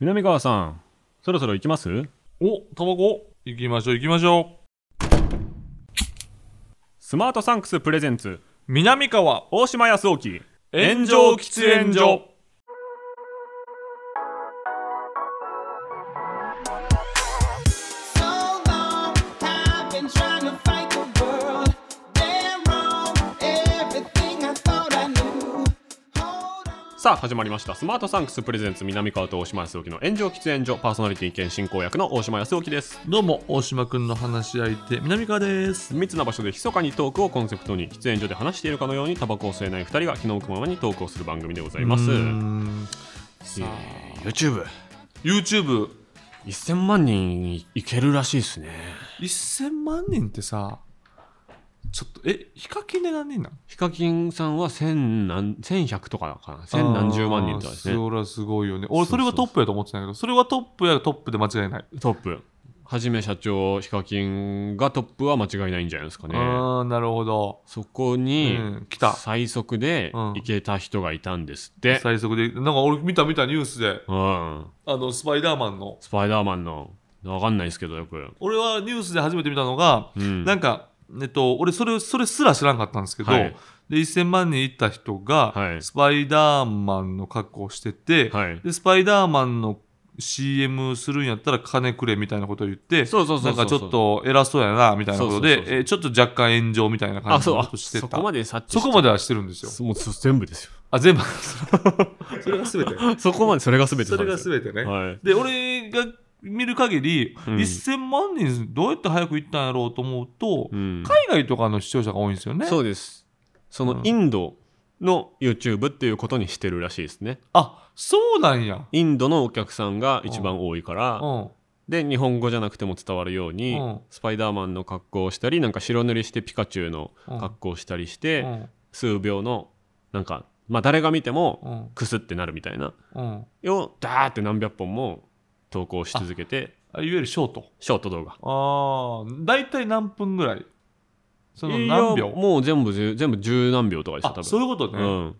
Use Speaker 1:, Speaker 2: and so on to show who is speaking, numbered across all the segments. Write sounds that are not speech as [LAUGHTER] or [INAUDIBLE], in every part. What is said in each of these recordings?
Speaker 1: 南川さん、そろそろ行きます
Speaker 2: お、タバコ行きましょう行きましょ
Speaker 1: スマートサンクスプレゼンツ、
Speaker 2: う。南川、
Speaker 1: 大島康沖、
Speaker 2: 炎上喫煙所。
Speaker 3: So long, I've been trying to fight the world. Damn wrong, everything I thought I knew. Hold on.
Speaker 1: さあ始まりましたスマートサンクスプレゼンツ南川と大島康沖の炎上喫煙所パーソナリティ兼進行役の大島康沖です
Speaker 2: どうも、大島くんの話し相手、南川です。
Speaker 1: 密な場所で密かにトークをコンセプトに喫煙所で話しているかのようにタバコを吸えない2人が気の向くままにトークをする番組でございます
Speaker 2: うーんさあ
Speaker 1: YouTube
Speaker 2: YouTube、
Speaker 1: 1000万人いけるらしいですね
Speaker 2: 1000万人ってさ、ちょっと、え、ヒカキンで何人なの
Speaker 1: ヒカキンさんは千何千百とかかな千何十万人とかです
Speaker 2: あー
Speaker 1: ね
Speaker 2: そりゃすごいよね。俺、それが
Speaker 1: そうそ
Speaker 2: ト
Speaker 1: う
Speaker 2: ップやと思ってたんだけど、それはトップやトップで間違いない。
Speaker 1: トップはじめ社長ヒカキンがトップは間違いないんじゃないですかね
Speaker 2: ああ、なるほど。
Speaker 1: そこ
Speaker 2: う
Speaker 1: に
Speaker 2: ん、来た。
Speaker 1: 最速で行けた人がいたんですって、
Speaker 2: 最速で、なんか俺見た見たニュースで、
Speaker 1: うん、
Speaker 2: あの、スパイダーマンの。
Speaker 1: スパイダーマンのわかんないですけどよく、
Speaker 2: 俺はニュースで初めて見たのが、
Speaker 1: うん、
Speaker 2: なんか、えっと、俺それ、それすら知らなかったんですけど、
Speaker 1: はい
Speaker 2: で1000万人いった人が、
Speaker 1: はい
Speaker 2: スパイダーマンの格好をしてて、
Speaker 1: はい
Speaker 2: でスパイダーマンの CM するんやったら金くれみたいなことを言って、
Speaker 1: そうそうそうそう
Speaker 2: なんかちょっと偉そうやなみたいなこと
Speaker 1: そうそうそうそ
Speaker 2: で、
Speaker 1: う
Speaker 2: えちょっと若干炎上みたいな感
Speaker 1: あ
Speaker 2: じの
Speaker 1: そう
Speaker 2: こと
Speaker 1: あ
Speaker 2: をしてた。
Speaker 1: そこまで察知
Speaker 2: そこまではしてるんですよ。
Speaker 1: でもうそ全部ですよ
Speaker 2: あ、全部。
Speaker 1: [LAUGHS]
Speaker 2: それが全て。
Speaker 1: そこまでそれが全て
Speaker 2: それが
Speaker 1: て
Speaker 2: 全てね。
Speaker 1: はい
Speaker 2: で、俺が見る限り、
Speaker 1: うん
Speaker 2: 1000万人どうやって早く行ったんやろうと思うと、
Speaker 1: うん
Speaker 2: 海外とかの視聴者が多いんですよね。
Speaker 1: そうですそのインドの YouTube っていうことにしてるらしいですね
Speaker 2: あそうなんや。
Speaker 1: インドのお客さんが一番多いから、
Speaker 2: うん、
Speaker 1: で日本語じゃなくても伝わるように、
Speaker 2: うん
Speaker 1: スパイダーマンの格好をしたりなんか白塗りしてピカチュウの格好をしたりして、
Speaker 2: うん
Speaker 1: 数秒のなんか、まあ、誰が見て
Speaker 2: う
Speaker 1: も
Speaker 2: ん
Speaker 1: クスってなるみたいな
Speaker 2: うん、
Speaker 1: をダーって何百本も投稿し続けて
Speaker 2: あいわゆるショート。
Speaker 1: ショート動画
Speaker 2: ああ、大体何分ぐらいその
Speaker 1: いや
Speaker 2: 何秒
Speaker 1: もう全部十全部十何秒とかでした多
Speaker 2: あ
Speaker 1: 分
Speaker 2: そういうことね。
Speaker 1: うん、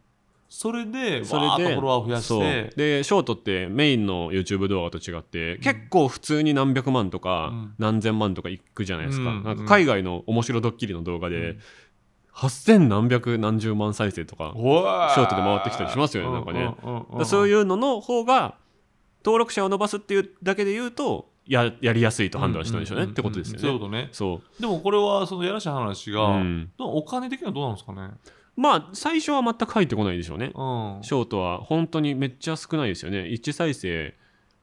Speaker 2: それで、
Speaker 1: そ
Speaker 2: わーっ
Speaker 1: れ
Speaker 2: と
Speaker 1: で
Speaker 2: フォロワー増やし
Speaker 1: そう
Speaker 2: て。
Speaker 1: でショートってメインの YouTube 動画と違って、結構普通に何百万とか、
Speaker 2: うん
Speaker 1: 何千万とかいくじゃないですか,、
Speaker 2: うん
Speaker 1: なんか海外の面白ドッキリの動画で、
Speaker 2: うん
Speaker 1: 8000何百何十万再生とか
Speaker 2: おー
Speaker 1: ショートで回ってきたりしますよねなんかね。
Speaker 2: うんう
Speaker 1: だ
Speaker 2: んう
Speaker 1: か
Speaker 2: ん
Speaker 1: らそう
Speaker 2: う
Speaker 1: いうのの方が登録者を伸ばすっていうだけで言うとややりやすいと判断したんでしょうね、
Speaker 2: んんんん
Speaker 1: ってことですよね。
Speaker 2: そういうことね。
Speaker 1: そう
Speaker 2: でもこれは、そのやらしい話が、
Speaker 1: うん
Speaker 2: お金的にはどうなんですかね。
Speaker 1: まあ最初は全く入ってこないでしょうね。
Speaker 2: うん。
Speaker 1: ショートは本当にめっちゃ少ないですよね。1再生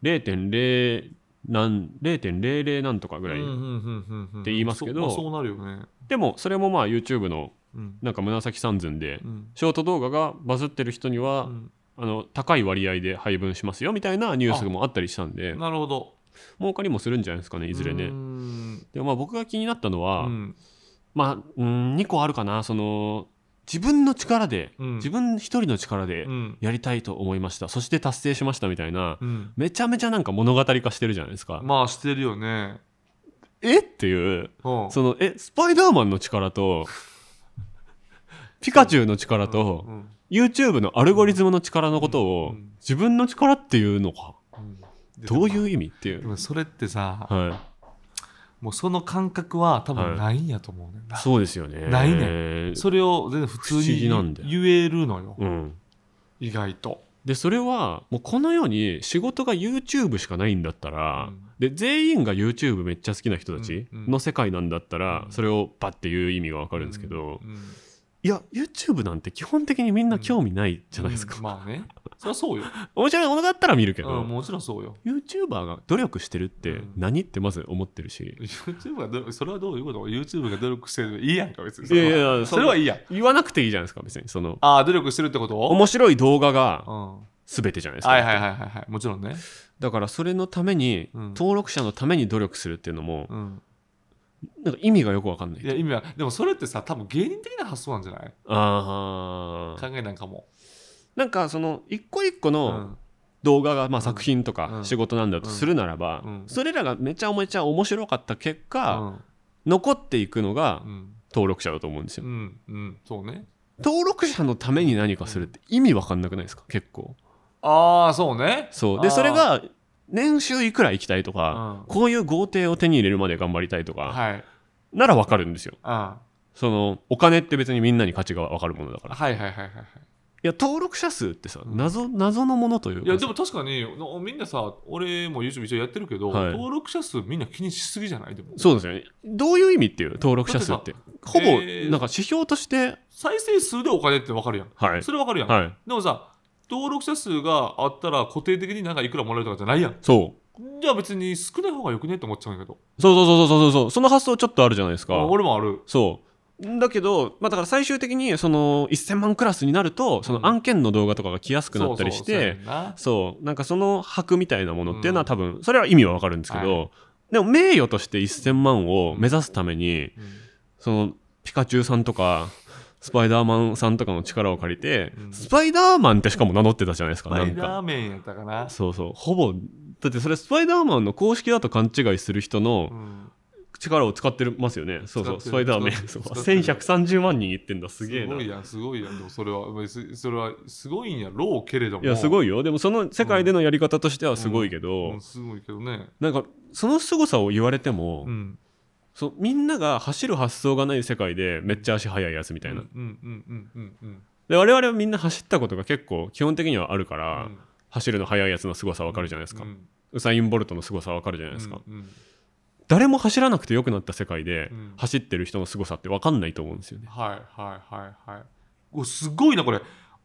Speaker 1: 0.0何0.00なんとかぐらい、
Speaker 2: うんうんうんうんうん
Speaker 1: って言いますけど
Speaker 2: そまあそうなるよね。
Speaker 1: でもそれもまあ YouTube の
Speaker 2: うん。
Speaker 1: なんか紫三寸で
Speaker 2: うん。
Speaker 1: ショート動画がバズってる人には、
Speaker 2: う
Speaker 1: あの高い割合で配分しますよみたいなニュースもあったりしたんで
Speaker 2: んなるほど。
Speaker 1: 儲かりもするんじゃないですかねいずれ
Speaker 2: うー
Speaker 1: ね。
Speaker 2: ん
Speaker 1: でもまあ僕が気になったの
Speaker 2: う
Speaker 1: は、
Speaker 2: ん。
Speaker 1: まあ、うん、2個あるかなその自分の力で、
Speaker 2: うん
Speaker 1: 自分一人の力で
Speaker 2: うん
Speaker 1: やりたいと思いました、そして達成しましたみたいな、
Speaker 2: うん、
Speaker 1: めちゃめちゃなんか物語化してるじゃないですか、
Speaker 2: まあしてるよね。
Speaker 1: えっていう
Speaker 2: うん
Speaker 1: そのえスパイダーマンの力
Speaker 2: [LAUGHS]
Speaker 1: とピカチュウの力と、
Speaker 2: うん
Speaker 1: YouTube のアルゴリズムの力のことを、
Speaker 2: うんうん
Speaker 1: 自分の力っていうのか
Speaker 2: うん
Speaker 1: どう
Speaker 2: う
Speaker 1: いう意味ってい
Speaker 2: で
Speaker 1: う、
Speaker 2: もそれってさ、
Speaker 1: は
Speaker 2: もうその感覚は多分ないんやと思うねん
Speaker 1: い、
Speaker 2: な、
Speaker 1: そうですよね
Speaker 2: ない
Speaker 1: ね
Speaker 2: それを全然普通
Speaker 1: 不思議なん
Speaker 2: に
Speaker 1: だよ
Speaker 2: 言えるのよ
Speaker 1: うん
Speaker 2: 意外と、
Speaker 1: でそれはもうこの世に仕事が YouTube しかないんだったら、
Speaker 2: うん
Speaker 1: で全員が YouTube めっちゃ好きな人たち
Speaker 2: うんうん
Speaker 1: の世界なんだったら、
Speaker 2: うん
Speaker 1: それをバッて言う意味がわかるんですけど、
Speaker 2: うん
Speaker 1: いや YouTube なんて基本的にみんな興味ないじゃないですか、 [LAUGHS]
Speaker 2: うんまあねそりゃそうよ、
Speaker 1: 面白いものだったら見るけ
Speaker 2: う
Speaker 1: ど、
Speaker 2: ん、もちろんそうよ
Speaker 1: YouTuber が努力してるって何ってまず思ってるし、
Speaker 2: YouTube がどそれはどういうこと YouTube が努力してるいいやんか別に
Speaker 1: いやいやいや
Speaker 2: それはいいやん
Speaker 1: 言わなくていいじゃないですか別にその
Speaker 2: ああ努力してるってこと
Speaker 1: 面白い動画が
Speaker 2: うん、
Speaker 1: 全てじゃないですか、
Speaker 2: はいはいはいはいはいもちろんね、
Speaker 1: だからそれのために、
Speaker 2: うん
Speaker 1: 登録者のために努力するっていうのも
Speaker 2: うん、
Speaker 1: なんか意味がよくわかんない
Speaker 2: いや意味はでもそれってさ多分芸人的な発想なんじゃない
Speaker 1: あー
Speaker 2: 考えなんかも、
Speaker 1: なんかその一個一個
Speaker 2: う
Speaker 1: の動画がまあ作品と
Speaker 2: う
Speaker 1: か
Speaker 2: ん
Speaker 1: 仕事なんだとするならば
Speaker 2: うん
Speaker 1: それらがめちゃめちゃ面白かった結果
Speaker 2: ん
Speaker 1: 残っていくのが
Speaker 2: うん
Speaker 1: 登録者だと思うんですよ
Speaker 2: うんうんそうね
Speaker 1: 登録者のために何かするって意味わかんなくないですか結構
Speaker 2: ああそうね
Speaker 1: そうでそれが年収いくら行きたいとか、こういう豪邸を手に入れるまで頑張りたいとか、
Speaker 2: はい。
Speaker 1: ならわかるんですよ
Speaker 2: あ
Speaker 1: そのお金って別にみんなに価値がわかるものだから
Speaker 2: あはいはいはいはいはい。
Speaker 1: いや登録者数ってさ
Speaker 2: ん
Speaker 1: 謎謎のものというか
Speaker 2: いやでも確かにのみんなさ俺も YouTube 一応やってるけど、
Speaker 1: はい
Speaker 2: 登録者数みんな気にしすぎじゃないでも
Speaker 1: そうですよねどういう意味っていう登録者数ってほぼ
Speaker 2: えー
Speaker 1: なんか指標として、
Speaker 2: 再生数でお金って分かるやん
Speaker 1: はい
Speaker 2: それ分かるやん、
Speaker 1: はい
Speaker 2: でもさ登録者数があったら固定的になんかいくらもらえるとかじゃないやん
Speaker 1: そう
Speaker 2: じゃあ別に少ない方がよくねって思っちゃうんやけど
Speaker 1: そうそうそうそうそうそうその発想ちょっとあるじゃないですか
Speaker 2: 俺もある
Speaker 1: そうだけど、まあ、だから最終的にその1000万クラスになるとその案件の動画とかが来やすくなったりして、
Speaker 2: そうそうそうやんな
Speaker 1: そうなんかその箔みたいなものっていうのは
Speaker 2: うん
Speaker 1: 多分それは意味はわかるんですけど、
Speaker 2: は
Speaker 1: でも名誉として1000万を目指すために
Speaker 2: うん
Speaker 1: そのピカチュウさんとかスパイダーマンさんとかの力を借りて、
Speaker 2: うん
Speaker 1: スパイダーマンってしかも名乗ってたじゃないですか
Speaker 2: スパ
Speaker 1: な
Speaker 2: イ
Speaker 1: ん
Speaker 2: ダ
Speaker 1: か
Speaker 2: ーメンやったかな、
Speaker 1: そうそうほぼだってそれスパイダーマンの公式だと勘違いする人の
Speaker 2: うん
Speaker 1: 力を使ってますよね、そうそうス
Speaker 2: 使って
Speaker 1: パ
Speaker 2: る
Speaker 1: イダーマン
Speaker 2: 使
Speaker 1: そう
Speaker 2: ってる使
Speaker 1: 1130万人いってんだすげえ
Speaker 2: す
Speaker 1: な
Speaker 2: ごいやんすごいやんでもそれはまあすそれはすごいんやろうけれども
Speaker 1: いやす
Speaker 2: い、
Speaker 1: ごいよでもその世界でのやり方としてはすごいけど、
Speaker 2: うん、すごいけどね
Speaker 1: なんかその凄さを言われても、
Speaker 2: うん
Speaker 1: そうみんなが走る発想がない世界でめっちゃ足速いやつみたいな、
Speaker 2: うんうんうんうんうん
Speaker 1: で我々はみんな走ったことが結構基本的にはあるか
Speaker 2: う
Speaker 1: ら、
Speaker 2: ん
Speaker 1: 走るの速いやつの凄さわかるじゃないですか、
Speaker 2: うん
Speaker 1: ウサイン・ボルトの凄さわかるじゃないですか、
Speaker 2: うんうん
Speaker 1: 誰も走らなくてよくなった世界で、
Speaker 2: うん
Speaker 1: 走ってる人の凄さってわかんないと思うんですよね
Speaker 2: はいはいはいはいおすごいなこれ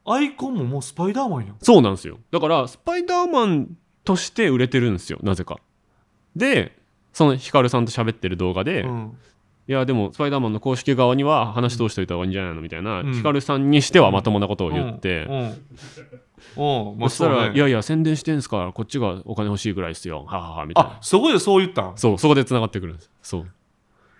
Speaker 2: アイコンももうスパイダーマンやん
Speaker 1: そうなんですよだからスパイダーマンとして売れてるんですよなぜかでそのヒカルさんと喋ってる動画で、
Speaker 2: うん
Speaker 1: いやでもスパイダーマンの公式側には話通しておいた方がいいんじゃないのみたいな、
Speaker 2: うん
Speaker 1: ヒカルさんにしてはまともなことを言って、
Speaker 2: うんうんうんまあ
Speaker 1: そしたら、
Speaker 2: うね
Speaker 1: いやいや、宣伝してんすから、こっちがお金欲しいぐらいっすよ、はははみたい
Speaker 2: あ
Speaker 1: な。
Speaker 2: そこでそう言ったん
Speaker 1: そう、そこで繋がってくるんです。そう。だか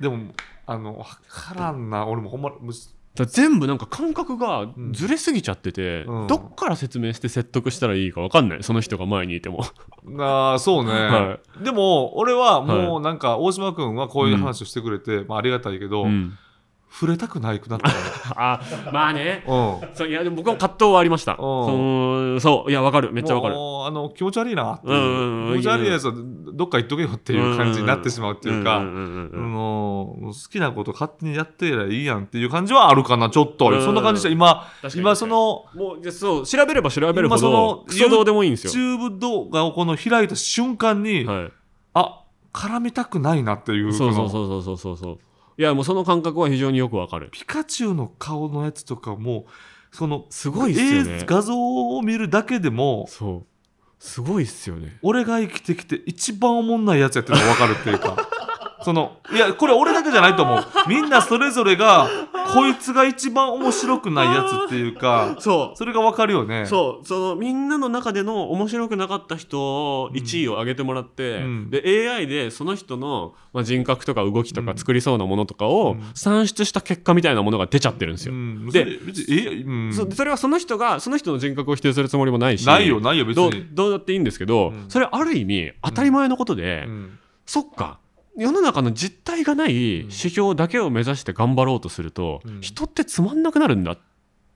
Speaker 2: でもあのわからんな俺もほんまむす
Speaker 1: ら全部なんか感覚が
Speaker 2: うん
Speaker 1: ずれすぎちゃってて、
Speaker 2: うん
Speaker 1: どっから説明して説得したらいいか分かんない、その人が前にいても。
Speaker 2: なあそうね、
Speaker 1: は
Speaker 2: でも俺はもうなんか大島君はこういう話をしてくれて、まあ、ありがたいけど、
Speaker 1: うん
Speaker 2: 触れたくないくなったね
Speaker 1: あ、まあね。
Speaker 2: うん
Speaker 1: そういや、でも僕も葛藤はありました。そのそう、いや、分かる、めっちゃ分かる。
Speaker 2: もうあの気持ち悪いなっていう
Speaker 1: うんうんうん
Speaker 2: 気持ち悪いやつはどっか行っとけよっていう感じになってしまうっていうか、
Speaker 1: んんん
Speaker 2: あ
Speaker 1: ん
Speaker 2: の好きなこと勝手にやってりゃいいやんっていう感じはあるかなちょっと、
Speaker 1: うん
Speaker 2: そんな感じでした今
Speaker 1: 確かに
Speaker 2: 今その
Speaker 1: もう、じゃあそう、調べれば調べるほ
Speaker 2: 今その
Speaker 1: ど、クソどうでもいいんですよ。
Speaker 2: YouTube 動画をこの開いた瞬間に、
Speaker 1: はい。
Speaker 2: あ絡みたくないなっていう
Speaker 1: そうそう
Speaker 2: この
Speaker 1: そうそうそうそう。いや、もうその感覚は非常によく分かる。
Speaker 2: ピカチュウの顔のやつとかもその
Speaker 1: すごいっすよね
Speaker 2: 映像画像を見るだけでも
Speaker 1: そう。すごいっすよね。
Speaker 2: 俺が生きてきて一番おもんないやつやってるのが分かるってい
Speaker 1: [LAUGHS]
Speaker 2: うかそのいやこれ俺だけじゃないと思うみんなそれぞれがこいつが一番面白くないやつっていうか
Speaker 1: そ
Speaker 2: それが分かるよね
Speaker 1: う。そう、そのみんなの中での面白くなかった人を
Speaker 2: うん
Speaker 1: 1位を上げてもらって、
Speaker 2: うん
Speaker 1: で AI でその人の、まあ、人格とか動きと
Speaker 2: う
Speaker 1: か
Speaker 2: ん
Speaker 1: 作りそうなものとか
Speaker 2: う
Speaker 1: を
Speaker 2: ん
Speaker 1: 算出した結果みたいなものが出ちゃってるんですよ。
Speaker 2: うん、
Speaker 1: で
Speaker 2: それ別にえ、うん、
Speaker 1: そそれはその人がその人の人格を否定するつもりもないし
Speaker 2: ないよないよ別
Speaker 1: どう
Speaker 2: に、
Speaker 1: どうだっていいんですけど、
Speaker 2: うん
Speaker 1: それある意味当たり前のことで、
Speaker 2: うん
Speaker 1: そっか世の中の実態がない指標だけを目指して頑張ろうとすると、
Speaker 2: うん
Speaker 1: 人ってつまんなくなるんだっ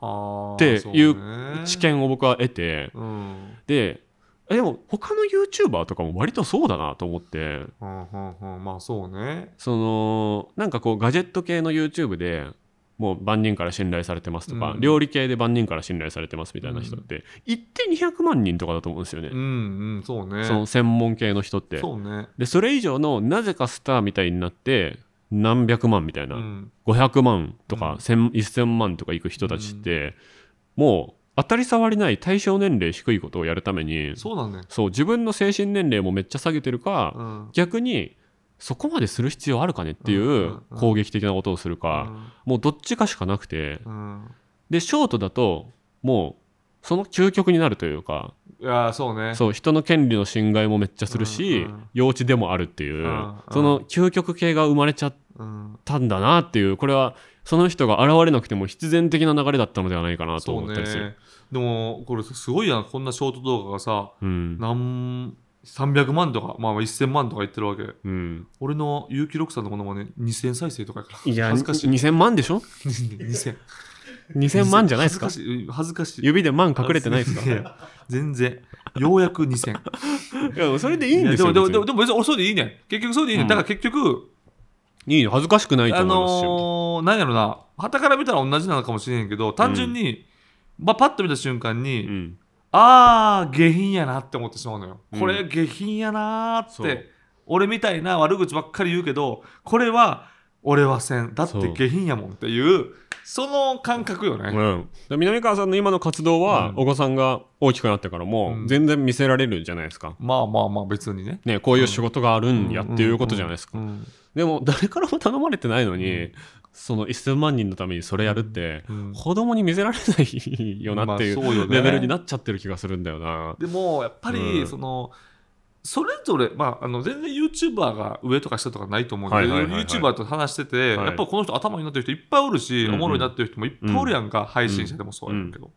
Speaker 2: あー
Speaker 1: っていう
Speaker 2: そうね
Speaker 1: 知見を僕は得て
Speaker 2: うんうん
Speaker 1: でえでも他の YouTuber とかも割とそうだなと思って
Speaker 2: うんうんまあそうね
Speaker 1: そのなんかこうガジェット系の YouTube でもう万人から信頼されてますとか、
Speaker 2: うん
Speaker 1: 料理系で万人から信頼されてますみたいな人って一定200万人とかだと思うんですよね、
Speaker 2: うんうんそうね
Speaker 1: その専門系の人って
Speaker 2: そうね
Speaker 1: でそれ以上のなぜかスターみたいになって何百万みたいな、
Speaker 2: うん
Speaker 1: 500万と
Speaker 2: う
Speaker 1: か
Speaker 2: ん
Speaker 1: 1000 1000万とかいく人たちって、もう当たり障りない対象年齢低いことをやるために
Speaker 2: そうだね
Speaker 1: そう自分の精神年齢もめっちゃ下げてるか、
Speaker 2: うん
Speaker 1: 逆にそこまでする必要あるかねってい
Speaker 2: んうんう
Speaker 1: うん攻撃的なことをするか、もうどっちかしかなくて
Speaker 2: うんうん
Speaker 1: でショートだともうその究極になるというか
Speaker 2: いやーそうね
Speaker 1: そう人の権利の侵害もめっちゃするし、
Speaker 2: うんうん
Speaker 1: 幼稚でもあるっていう、
Speaker 2: うんうん
Speaker 1: その究極系が生まれちゃっ
Speaker 2: うん
Speaker 1: たんだなっていうこれはその人が現れなくても必然的な流れだったのではないかなと
Speaker 2: そう
Speaker 1: 思ったりする。
Speaker 2: ね。でも、これすごいやん。こんなショート動画がさ、
Speaker 1: うん
Speaker 2: 何、300万とか、まあまあ1000万とか言ってるわけ。
Speaker 1: うん、
Speaker 2: 俺の結城六さんのものもね、2000再生とかやから。 [LAUGHS]
Speaker 1: いや
Speaker 2: 恥ずかしい。
Speaker 1: 2000万でしょ
Speaker 2: 2000。
Speaker 1: 2000万じゃないですか
Speaker 2: 恥ずかしいうん恥ずかしい
Speaker 1: 指で万隠れてないですか
Speaker 2: いや全然ようやく2000
Speaker 1: いやそれ [LAUGHS] でいいんですよ
Speaker 2: いやでも
Speaker 1: 別
Speaker 2: でも
Speaker 1: に
Speaker 2: でも別に俺それでいいねん結局それでいいね
Speaker 1: う
Speaker 2: ん、
Speaker 1: ん
Speaker 2: だから結局
Speaker 1: いいよ恥ずかしくないと
Speaker 2: あ
Speaker 1: 思いますよ、
Speaker 2: のー、なんやろな旗から見たら同じなのかもしれんけど単純に、まあ、パッと見た瞬間に、
Speaker 1: うん、
Speaker 2: ああ下品やなって思ってしまうのよ、
Speaker 1: うん
Speaker 2: これ下品やなーっ
Speaker 1: そう
Speaker 2: て俺みたいな悪口ばっかり言うけどこれは俺はせんだって
Speaker 1: そう
Speaker 2: 下品やもんっていうその感覚よね、
Speaker 1: うん、で南川さんの今の活動は、
Speaker 2: うん
Speaker 1: お子さんが大きくなってからも
Speaker 2: うん
Speaker 1: 全然見せられるじゃないですか、
Speaker 2: まあまあまあ別にね
Speaker 1: ね、こういう仕事があるんやっていうことじゃないですか、
Speaker 2: うんうん
Speaker 1: でも誰からも頼まれてないのに、その1000万人のためにそれやるって、
Speaker 2: うん
Speaker 1: 子供に見せられないよなってい
Speaker 2: まあそうよ
Speaker 1: う
Speaker 2: ね
Speaker 1: レベルになっちゃってる気がするんだよな。
Speaker 2: でもやっぱ
Speaker 1: うん
Speaker 2: りその、それぞれ、まあ、あの全然 YouTuber が上とか下とかないと思うんで、
Speaker 1: はいはいはいはい
Speaker 2: YouTuber と話してて、
Speaker 1: はい
Speaker 2: やっぱこの人頭になってる人いっぱいおるし、
Speaker 1: うんうん
Speaker 2: おもろいなってる人もいっぱいおるやんか、配信者でもそうやけど、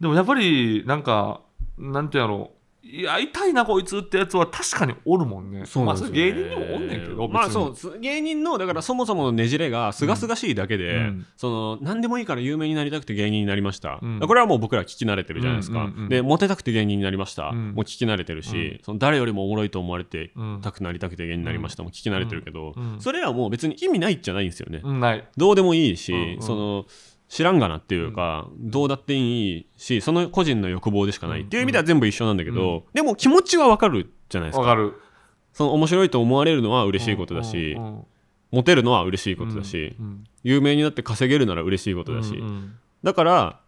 Speaker 2: でもやっぱりなんかなんていうんやろういや痛いなこいつってやつは確かにおるもんね
Speaker 1: そうなんです
Speaker 2: まあ、
Speaker 1: よ
Speaker 2: そ
Speaker 1: ね
Speaker 2: れ芸人にもおんねんけど
Speaker 1: まあ
Speaker 2: 別に
Speaker 1: そうす芸人のだからそもそものねじれがすがすがしいだけで、
Speaker 2: うん
Speaker 1: その何でもいいから有名になりたくて芸人になりました、
Speaker 2: うん
Speaker 1: これはもう僕ら聞き慣れてるじゃないですか、
Speaker 2: うんうんうん
Speaker 1: でモテたくて芸人になりました、
Speaker 2: うん
Speaker 1: もう聞き慣れてるし、その誰よりもおもろいと思われて
Speaker 2: うん
Speaker 1: たくなりたくて芸人になりましたもう聞き慣れてるけど、
Speaker 2: うんうん
Speaker 1: それらもう別に意味ないじゃないんですよね、
Speaker 2: うんない
Speaker 1: どうでもいいし、
Speaker 2: うんうん
Speaker 1: その知らんがなっていうか、どうだっていいしその個人の欲望でしかないっていう意味では全部一緒なんだけど、でも気持ちはわかるじゃないです
Speaker 2: わ
Speaker 1: か
Speaker 2: かる
Speaker 1: その面白いと思われるのは嬉しいことだし、
Speaker 2: うんうん
Speaker 1: モテるのは嬉しい
Speaker 2: うん
Speaker 1: ことだし、
Speaker 2: うん
Speaker 1: 有名になって稼げるなら嬉しいことだし、
Speaker 2: うんうん
Speaker 1: だから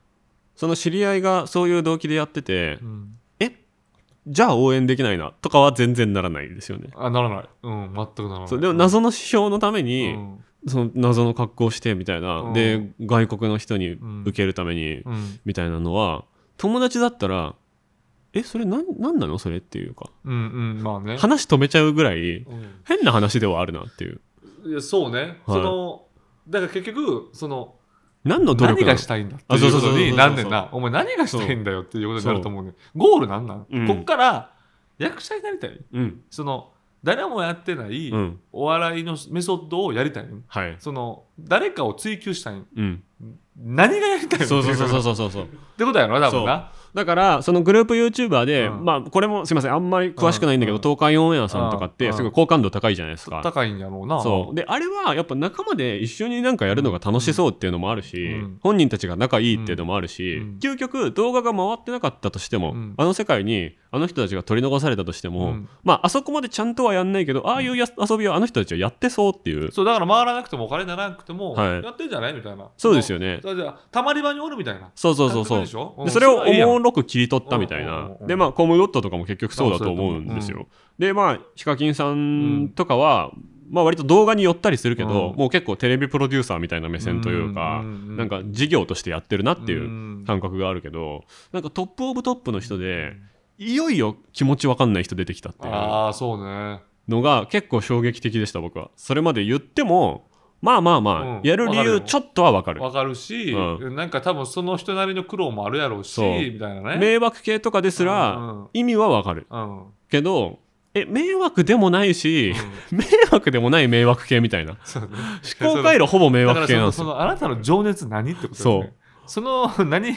Speaker 1: その知り合いがそういう動機でやってて、
Speaker 2: うん
Speaker 1: えじゃあ応援できないなとかは全然ならないですよね。
Speaker 2: あならない、うん、全くならない
Speaker 1: そうでも謎の指標のために、
Speaker 2: うん
Speaker 1: その謎の格好をしてみたいな、
Speaker 2: うん
Speaker 1: で外国の人に
Speaker 2: ん
Speaker 1: 受けるために
Speaker 2: うん
Speaker 1: みたいなのは友達だったら「えそれ何何なのそれ?」っていうか
Speaker 2: うんうんまあね、
Speaker 1: 話止めちゃうぐらい
Speaker 2: うん
Speaker 1: 変な話ではあるなっていう
Speaker 2: いやそうね、そのだから結局その
Speaker 1: 何の努力
Speaker 2: 何
Speaker 1: な
Speaker 2: が
Speaker 1: の
Speaker 2: したいんだって
Speaker 1: あ
Speaker 2: い
Speaker 1: そううそ
Speaker 2: こ
Speaker 1: うそう
Speaker 2: と
Speaker 1: そう
Speaker 2: になんねんな
Speaker 1: そ
Speaker 2: お前何がしたいんだよっていうことになると思うねゴールなんなん、
Speaker 1: うん
Speaker 2: こっから役者になりたい
Speaker 1: うん
Speaker 2: その誰もやってない
Speaker 1: うん
Speaker 2: お笑いのメソッドをやりたいん
Speaker 1: はい
Speaker 2: その誰かを追求したいん
Speaker 1: うん
Speaker 2: 何がやりたい
Speaker 1: [LAUGHS]
Speaker 2: の
Speaker 1: そうそうそうそう
Speaker 2: っ
Speaker 1: そうそうそう
Speaker 2: てことやろ多分な
Speaker 1: だからそのグループ YouTuber で、
Speaker 2: うん
Speaker 1: まあこれもすいませんあんまり詳しくないんだけど、
Speaker 2: うん
Speaker 1: 東海オンエアさんとかっ
Speaker 2: う
Speaker 1: て
Speaker 2: ん
Speaker 1: すごい好感度高いじゃないですか、
Speaker 2: 高いんやろうな
Speaker 1: そうであれはやっぱ仲間で一緒になんかやるのが楽しそうっていうのもあるし、
Speaker 2: うん
Speaker 1: 本人たちが仲いいっていうのもあるし、
Speaker 2: うん
Speaker 1: 究極動画が回ってなかったとしても、
Speaker 2: うん
Speaker 1: あの世界にあの人たちが取り残されたとしても、
Speaker 2: うん
Speaker 1: まああそこまでちゃんとはやんないけどああいうや遊びはあの人たちはやってそうっていう
Speaker 2: そうだから回らなくてもお金にならなくても
Speaker 1: はい
Speaker 2: やってんじゃないみたいな
Speaker 1: そうですよね
Speaker 2: だからたまり場におるみたいな
Speaker 1: そうそうそうそう
Speaker 2: 感覚でしょうん
Speaker 1: でそれを
Speaker 2: いいやん
Speaker 1: おもろく切り取ったみたい
Speaker 2: うんうん
Speaker 1: な
Speaker 2: うんうん
Speaker 1: でまあコムドットとかも結局そうだと思うんです
Speaker 2: う
Speaker 1: よでまあヒカキンさんとかは、まあ割と動画に寄ったりするけど、
Speaker 2: うん
Speaker 1: もう結構テレビプロデューサーみたいな目線というか、
Speaker 2: うんうんうん
Speaker 1: なんか事業としてやってるなってい
Speaker 2: うん
Speaker 1: う感覚があるけど、なんかトップオブトップの人でいよいよ気持ちわかんない人出てきたっていう
Speaker 2: ああそうね
Speaker 1: のが結構衝撃的でした僕はそれまで言ってもまあまあまあ、
Speaker 2: うん
Speaker 1: やる理
Speaker 2: わかる
Speaker 1: 由
Speaker 2: よ
Speaker 1: ちょっとはわかる
Speaker 2: わかるし、
Speaker 1: う
Speaker 2: なんか多分その人なりの苦労もあるやろうし
Speaker 1: そう
Speaker 2: みたいなね
Speaker 1: 迷惑系とかです
Speaker 2: うんう
Speaker 1: ら
Speaker 2: ん
Speaker 1: 意味はわかる
Speaker 2: うん、
Speaker 1: けどえ迷惑でもないし、迷惑でもない迷惑系みたいな
Speaker 2: そうね
Speaker 1: 思考回路ほぼ [LAUGHS] 迷
Speaker 2: だ
Speaker 1: 惑
Speaker 2: から
Speaker 1: 系
Speaker 2: そ
Speaker 1: なん
Speaker 2: の
Speaker 1: です
Speaker 2: そ
Speaker 1: よ
Speaker 2: のあなたの情熱何ってことだよねその [LAUGHS] 何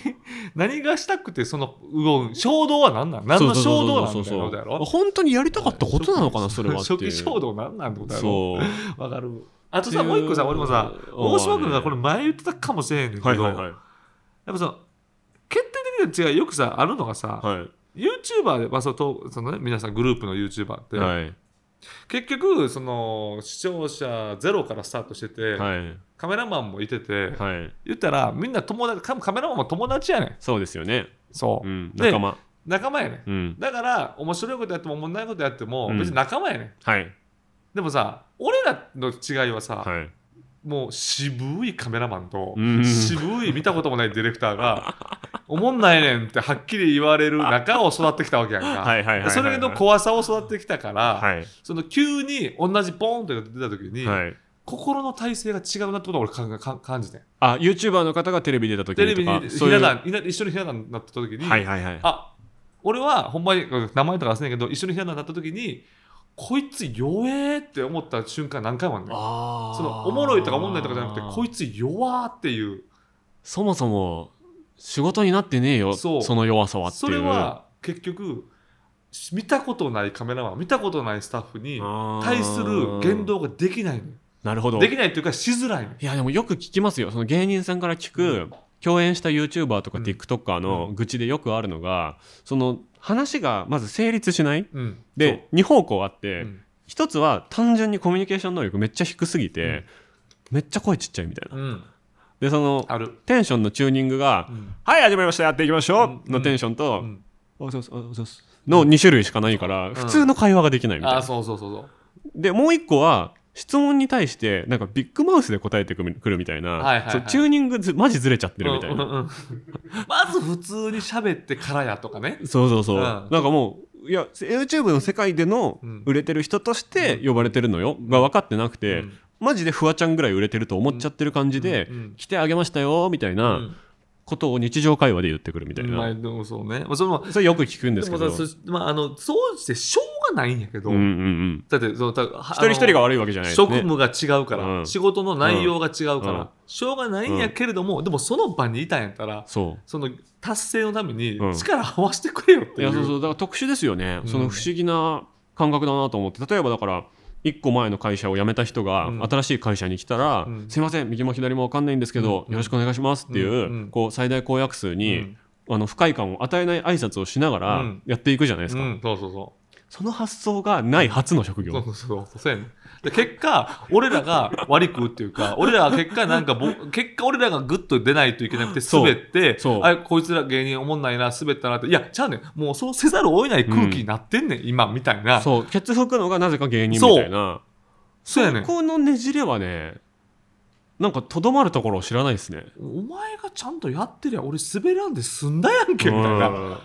Speaker 2: 何がしたくてその動く衝動は何なん何の衝動なんだよだろ
Speaker 1: 本当にやりたかったことなのかなそれはって
Speaker 2: 初
Speaker 1: いう
Speaker 2: 期衝動何なんだろ
Speaker 1: そう
Speaker 2: うわかるあとさもう一個さ俺もさ大島君がこれ前言ってたかもしれへんけど、
Speaker 1: はいはいはい
Speaker 2: やっぱその決定的な違いよくさあるのがさ、
Speaker 1: は
Speaker 2: YouTuber で、まあそのとそのね、皆さんグループの YouTuber って、
Speaker 1: いはい
Speaker 2: 結局その視聴者ゼロからスタートしてて、
Speaker 1: はい
Speaker 2: カメラマンもいてて、
Speaker 1: はい
Speaker 2: 言ったらみんな友達カカメラマンも友達やねん
Speaker 1: そうですよね
Speaker 2: そう、
Speaker 1: うん
Speaker 2: で
Speaker 1: 仲間
Speaker 2: 仲間やねん
Speaker 1: うん
Speaker 2: だから面白いことやってもおもんないことやっても
Speaker 1: うん
Speaker 2: 別に仲間やねん、
Speaker 1: はい
Speaker 2: でもさ俺らの違いはさ、
Speaker 1: はい
Speaker 2: もう渋いカメラマンと
Speaker 1: うん
Speaker 2: 渋い見たこともないディレクターが [LAUGHS] 「おもんないねん」ってはっきり言われる中を育ってきたわけやんか
Speaker 1: はいはいはいはいはい
Speaker 2: それの怖さを育ってきたから、
Speaker 1: はい
Speaker 2: その急に同じポーンって出た時に、
Speaker 1: はい
Speaker 2: 心の体勢が違うなってことを俺かんかん感じてん
Speaker 1: あ YouTuber の方がテレビ出た時
Speaker 2: テレビ
Speaker 1: と
Speaker 2: に
Speaker 1: か
Speaker 2: ひ
Speaker 1: そうい
Speaker 2: な
Speaker 1: うは
Speaker 2: 壇ひな一緒にひな壇になった時に、
Speaker 1: いはいはい
Speaker 2: あ俺はほんまに名前とか忘れんけど一緒にひな壇になった時にこいつ弱えって思った瞬間何回もあるねん
Speaker 1: あー
Speaker 2: そのおもろいとかおもんないとかじゃなくてこいつ弱ーっていう
Speaker 1: そもそも仕事になってねえよ
Speaker 2: そ
Speaker 1: そうの弱さはってい
Speaker 2: そうれは結局見たことないカメラマン見たことないスタッフに
Speaker 1: あー
Speaker 2: 対する言動ができないのよ
Speaker 1: なるほど
Speaker 2: できないというかしづらいのよ
Speaker 1: いやでもよく聞きますよその芸人さんから聞く、共演した YouTuber とか
Speaker 2: うん
Speaker 1: TikToker の愚痴でよくあるのが、その話がまず成立しない
Speaker 2: うん
Speaker 1: で2方向あっ
Speaker 2: そう
Speaker 1: て、
Speaker 2: うん
Speaker 1: 一つは単純にコミュニケーション能力めっちゃ低すぎて、めっちゃ声ちっちゃいみたいな
Speaker 2: うん
Speaker 1: でその
Speaker 2: ある
Speaker 1: テンションのチューニングが「
Speaker 2: うん
Speaker 1: はい始まりましたやっていきましょう」
Speaker 2: うん
Speaker 1: のテンションと「
Speaker 2: うん
Speaker 1: おはようございますおはようございます」の2種類しかないから、普通の会話ができないみたい
Speaker 2: あ
Speaker 1: な
Speaker 2: ーそうそうそうそう
Speaker 1: でもう1個は質問に対してなんかビッグマウスで答えてくるくるみたいな、
Speaker 2: はいはいはい
Speaker 1: そうチューニングずマジずれちゃってるみたいな、
Speaker 2: うんうん [LAUGHS] うんまず普通に喋ってからやとかね
Speaker 1: そうそうそう、
Speaker 2: うん
Speaker 1: なんかもういや YouTube の世界での
Speaker 2: うん
Speaker 1: 売れてる人として呼ばれてるのよ、が分かってなくて、
Speaker 2: うん
Speaker 1: マジでフワちゃんぐらい売れてると思っちゃってる感じで、
Speaker 2: うんうん
Speaker 1: 来てあげましたよみたいうなんことを日常会話で言ってくるみたい
Speaker 2: ま
Speaker 1: な、
Speaker 2: あでもそうねまあその
Speaker 1: それよく聞くんで
Speaker 2: です
Speaker 1: け
Speaker 2: も
Speaker 1: ど
Speaker 2: だそまああのそうしてしょうがないんやけど
Speaker 1: うんうんうん
Speaker 2: だってそのた一
Speaker 1: 一人一人が悪いわけじゃないですね
Speaker 2: 職務が違うから、
Speaker 1: うん
Speaker 2: 仕事の内容が違うから、
Speaker 1: うん
Speaker 2: しょうがないんやけれども、でもその場にいたんやったら
Speaker 1: そ
Speaker 2: その達成のために
Speaker 1: うん
Speaker 2: 力を合わせてくれよって
Speaker 1: うい
Speaker 2: いう,、
Speaker 1: やそうそうだから特殊ですよね、
Speaker 2: うん
Speaker 1: その不思議な感覚だなと思って例えばだから一個前の会社を辞めた人が
Speaker 2: うん
Speaker 1: 新しい会社に来たら「
Speaker 2: うん
Speaker 1: すいません右も左も分かんないんですけど、
Speaker 2: うん
Speaker 1: よろしくお願いします」っていう,、
Speaker 2: うんうん
Speaker 1: こう最大公約数
Speaker 2: う
Speaker 1: に、
Speaker 2: ん
Speaker 1: あの不快感を与えない挨拶をしなが
Speaker 2: う
Speaker 1: ら
Speaker 2: ん
Speaker 1: やっていくじゃないですか、
Speaker 2: うんそうそうそ
Speaker 1: その発想がない初の職
Speaker 2: う
Speaker 1: 業、
Speaker 2: そうそうそうそうやねで結果俺らが割り食うってい
Speaker 1: [LAUGHS]
Speaker 2: うか俺らは結果なんかぼ結果俺らがグッと出ないといけなくて
Speaker 1: そう
Speaker 2: 滑って
Speaker 1: そう
Speaker 2: あこいつら芸人おもんないな滑ったなっていやちゃうねんもうそうせざるを得ない空気になってんねん、今みたいな
Speaker 1: そうケツ吹くのがなぜか芸人みたいな
Speaker 2: そうやねん
Speaker 1: ここのねじれはねなんかとどまるところを知らないですね
Speaker 2: お前がちゃんとやってりゃ俺滑らんで済んだやんけみ [LAUGHS] たいな、
Speaker 1: うん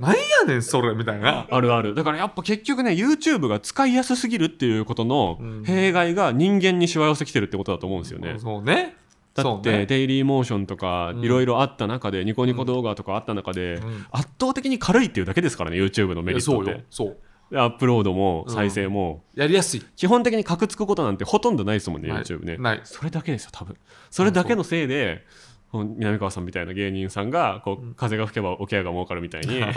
Speaker 2: なんやねんそれみたいな
Speaker 1: あるあるだからやっぱ結局ね YouTube が使いやすすぎるっていうことの
Speaker 2: うん
Speaker 1: 弊害が人間にしわ寄せきてるってことだと思うんですよね、
Speaker 2: そうね
Speaker 1: だ
Speaker 2: そ
Speaker 1: っ
Speaker 2: う
Speaker 1: て、
Speaker 2: ね
Speaker 1: デイリーモーションとか
Speaker 2: うん
Speaker 1: いろいろあった中で、ニコニコ動画とかあった中で、
Speaker 2: うん
Speaker 1: 圧倒的に軽いっていうだけですからね YouTube のメリット
Speaker 2: そ
Speaker 1: っ
Speaker 2: うよ
Speaker 1: て
Speaker 2: そう
Speaker 1: でアップロードも再生も、
Speaker 2: やりやすい、
Speaker 1: 基本的にカクつくことなんてほとんどないですもんね、
Speaker 2: ない
Speaker 1: YouTube ね。
Speaker 2: ない
Speaker 1: それだけですよ、多分それだけのせいで、こう南川さんみたいな芸人さんが、こう、風が吹けば桶屋が儲かるみたい
Speaker 2: [LAUGHS]
Speaker 1: に、
Speaker 2: いや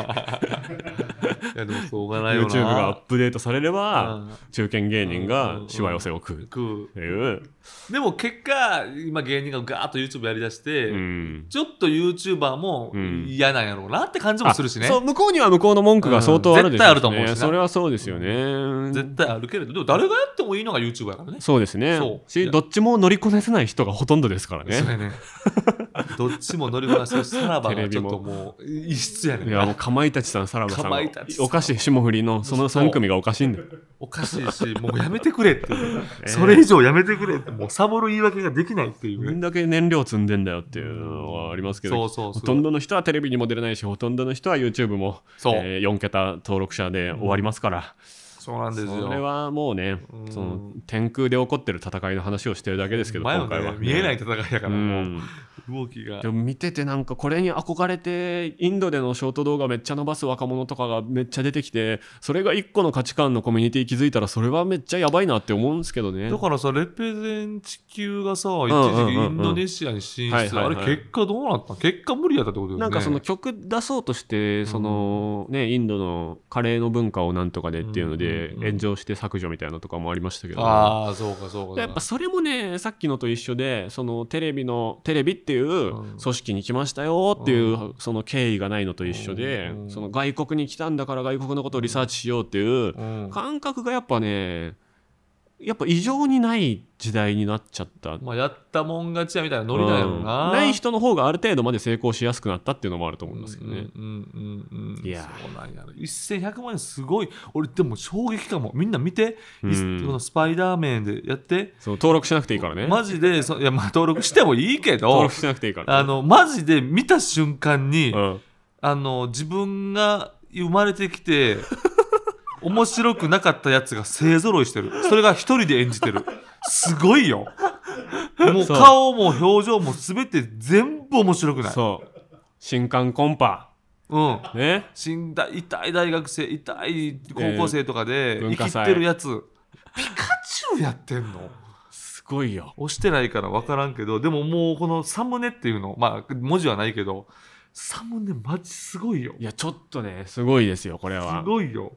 Speaker 2: でもしょうがないよな
Speaker 1: YouTube がアップデートされれば、
Speaker 2: うん
Speaker 1: 中堅芸人
Speaker 2: う
Speaker 1: が
Speaker 2: んうん
Speaker 1: しわ寄せを食うっ
Speaker 2: 食
Speaker 1: ていう、
Speaker 2: うでも結果今芸人がガーッと YouTube やりだして、
Speaker 1: うん
Speaker 2: ちょっと YouTuber も
Speaker 1: うん
Speaker 2: 嫌なんやろうなって感じもするしね、
Speaker 1: あそう、向こうには向こうの文句が相当あるでしょ
Speaker 2: うん絶対あると思うしな
Speaker 1: それはそうですよね。
Speaker 2: 絶対あるけれどでも誰がやってもいいのが YouTuber やからね
Speaker 1: そうですね
Speaker 2: そうい
Speaker 1: し
Speaker 2: や
Speaker 1: どっちも乗りこなせない人がほとんどですから
Speaker 2: そう
Speaker 1: ね
Speaker 2: やねどっちも乗りこなせるさらば
Speaker 1: [LAUGHS] テレ
Speaker 2: がち
Speaker 1: ビ
Speaker 2: ょっ
Speaker 1: も
Speaker 2: ともう異質やねん
Speaker 1: い
Speaker 2: な
Speaker 1: やもうかまいたちさんさらばさん
Speaker 2: か
Speaker 1: が
Speaker 2: まいたちさん
Speaker 1: おかしい霜降りのその3組がおかしいんだよ
Speaker 2: おかしいし、もうやめてくれっていう、
Speaker 1: [LAUGHS]
Speaker 2: それ以上やめてくれって、もうサボる言い訳ができないっていう
Speaker 1: どん
Speaker 2: ね。
Speaker 1: だけ燃料積んでんだよっていうのはありますけど、
Speaker 2: そうそうそ
Speaker 1: ほ
Speaker 2: う
Speaker 1: とんどの人はテレビにも出れないしほとんどの人は YouTube も、
Speaker 2: そう
Speaker 1: え4桁登録者で終わりますから、
Speaker 2: そうなんです
Speaker 1: それ
Speaker 2: よ。
Speaker 1: はもうね
Speaker 2: うん
Speaker 1: その天空で起こってる戦いの話をしてるだけですけど
Speaker 2: 前
Speaker 1: 今
Speaker 2: は
Speaker 1: 回
Speaker 2: ね
Speaker 1: は、
Speaker 2: 見えない戦いやから、
Speaker 1: う
Speaker 2: もうん動きが
Speaker 1: で。も見ててなんかこれに憧れてインドでのショート動画めっちゃ伸ばす若者とかがめっちゃ出てきてそれが一個の価値観のコミュニティ気づいたらそれはめっちゃやばいなって思うんですけどね
Speaker 2: だからさ、レペゼン地球がさ、
Speaker 1: う
Speaker 2: 一
Speaker 1: ん
Speaker 2: 時期
Speaker 1: うん
Speaker 2: インドネシアに進
Speaker 1: はい
Speaker 2: 出、
Speaker 1: はい
Speaker 2: あ
Speaker 1: はい
Speaker 2: れ結果どうなったの結果無理やったってことだよね。
Speaker 1: なんかその曲出そうとしてそのねインドのカレーの文化をなんとかでっていうの
Speaker 2: う
Speaker 1: で
Speaker 2: んうんうん
Speaker 1: 炎上して削除みたいなのとかもありましたけど
Speaker 2: ああ、そうかそうか。
Speaker 1: やっぱそれもねさっきのと一緒でそのテレビのテレビっていう
Speaker 2: うん
Speaker 1: 組織に来ましたよっていうその経緯がないのと一緒で
Speaker 2: うん
Speaker 1: その外国に来たんだから外国のことをリサーチしようっていう
Speaker 2: うん
Speaker 1: 感覚がやっぱねやっぱ異常にない時代になっちゃった。
Speaker 2: まあ、やったもん勝ちやみたいなノリなんやろ
Speaker 1: う
Speaker 2: な。
Speaker 1: んない人の方がある程度まで成功しやすくなったっていうのもあると思いますけどね。
Speaker 2: うんうんうんうん、
Speaker 1: いや
Speaker 2: そうなんやね1100万円すごい俺でも衝撃かもみんな見て、
Speaker 1: う
Speaker 2: い
Speaker 1: ん
Speaker 2: このスパイダーメンでやって
Speaker 1: そう登録しなくていいからね。
Speaker 2: マジ
Speaker 1: [LAUGHS]
Speaker 2: でそいやまあ登録してもいいけ
Speaker 1: 登
Speaker 2: ど
Speaker 1: 録しなくていいから。
Speaker 2: あのマジで見た瞬間に、
Speaker 1: うん、
Speaker 2: あの自分が生まれてき
Speaker 1: [LAUGHS]
Speaker 2: て面白くなかったやつが勢ぞろいしてるそれが一人で演じてるすごいよもう
Speaker 1: そう
Speaker 2: 顔も表情も全て全部面白くない
Speaker 1: そう。新刊コンパ。
Speaker 2: うん
Speaker 1: ね。
Speaker 2: 新大痛い大学生痛い高校生とかで
Speaker 1: えー
Speaker 2: 生
Speaker 1: 文化
Speaker 2: き
Speaker 1: 祭
Speaker 2: てるやつ、ピカチュウやってんの
Speaker 1: すすごいよ。
Speaker 2: 押してないから分からんけどでももうこのサムネっていうのまあ文字はないけどサムネマジすごいよ
Speaker 1: いや、ちょっとね、すごいですよ、これは
Speaker 2: す。ごいよ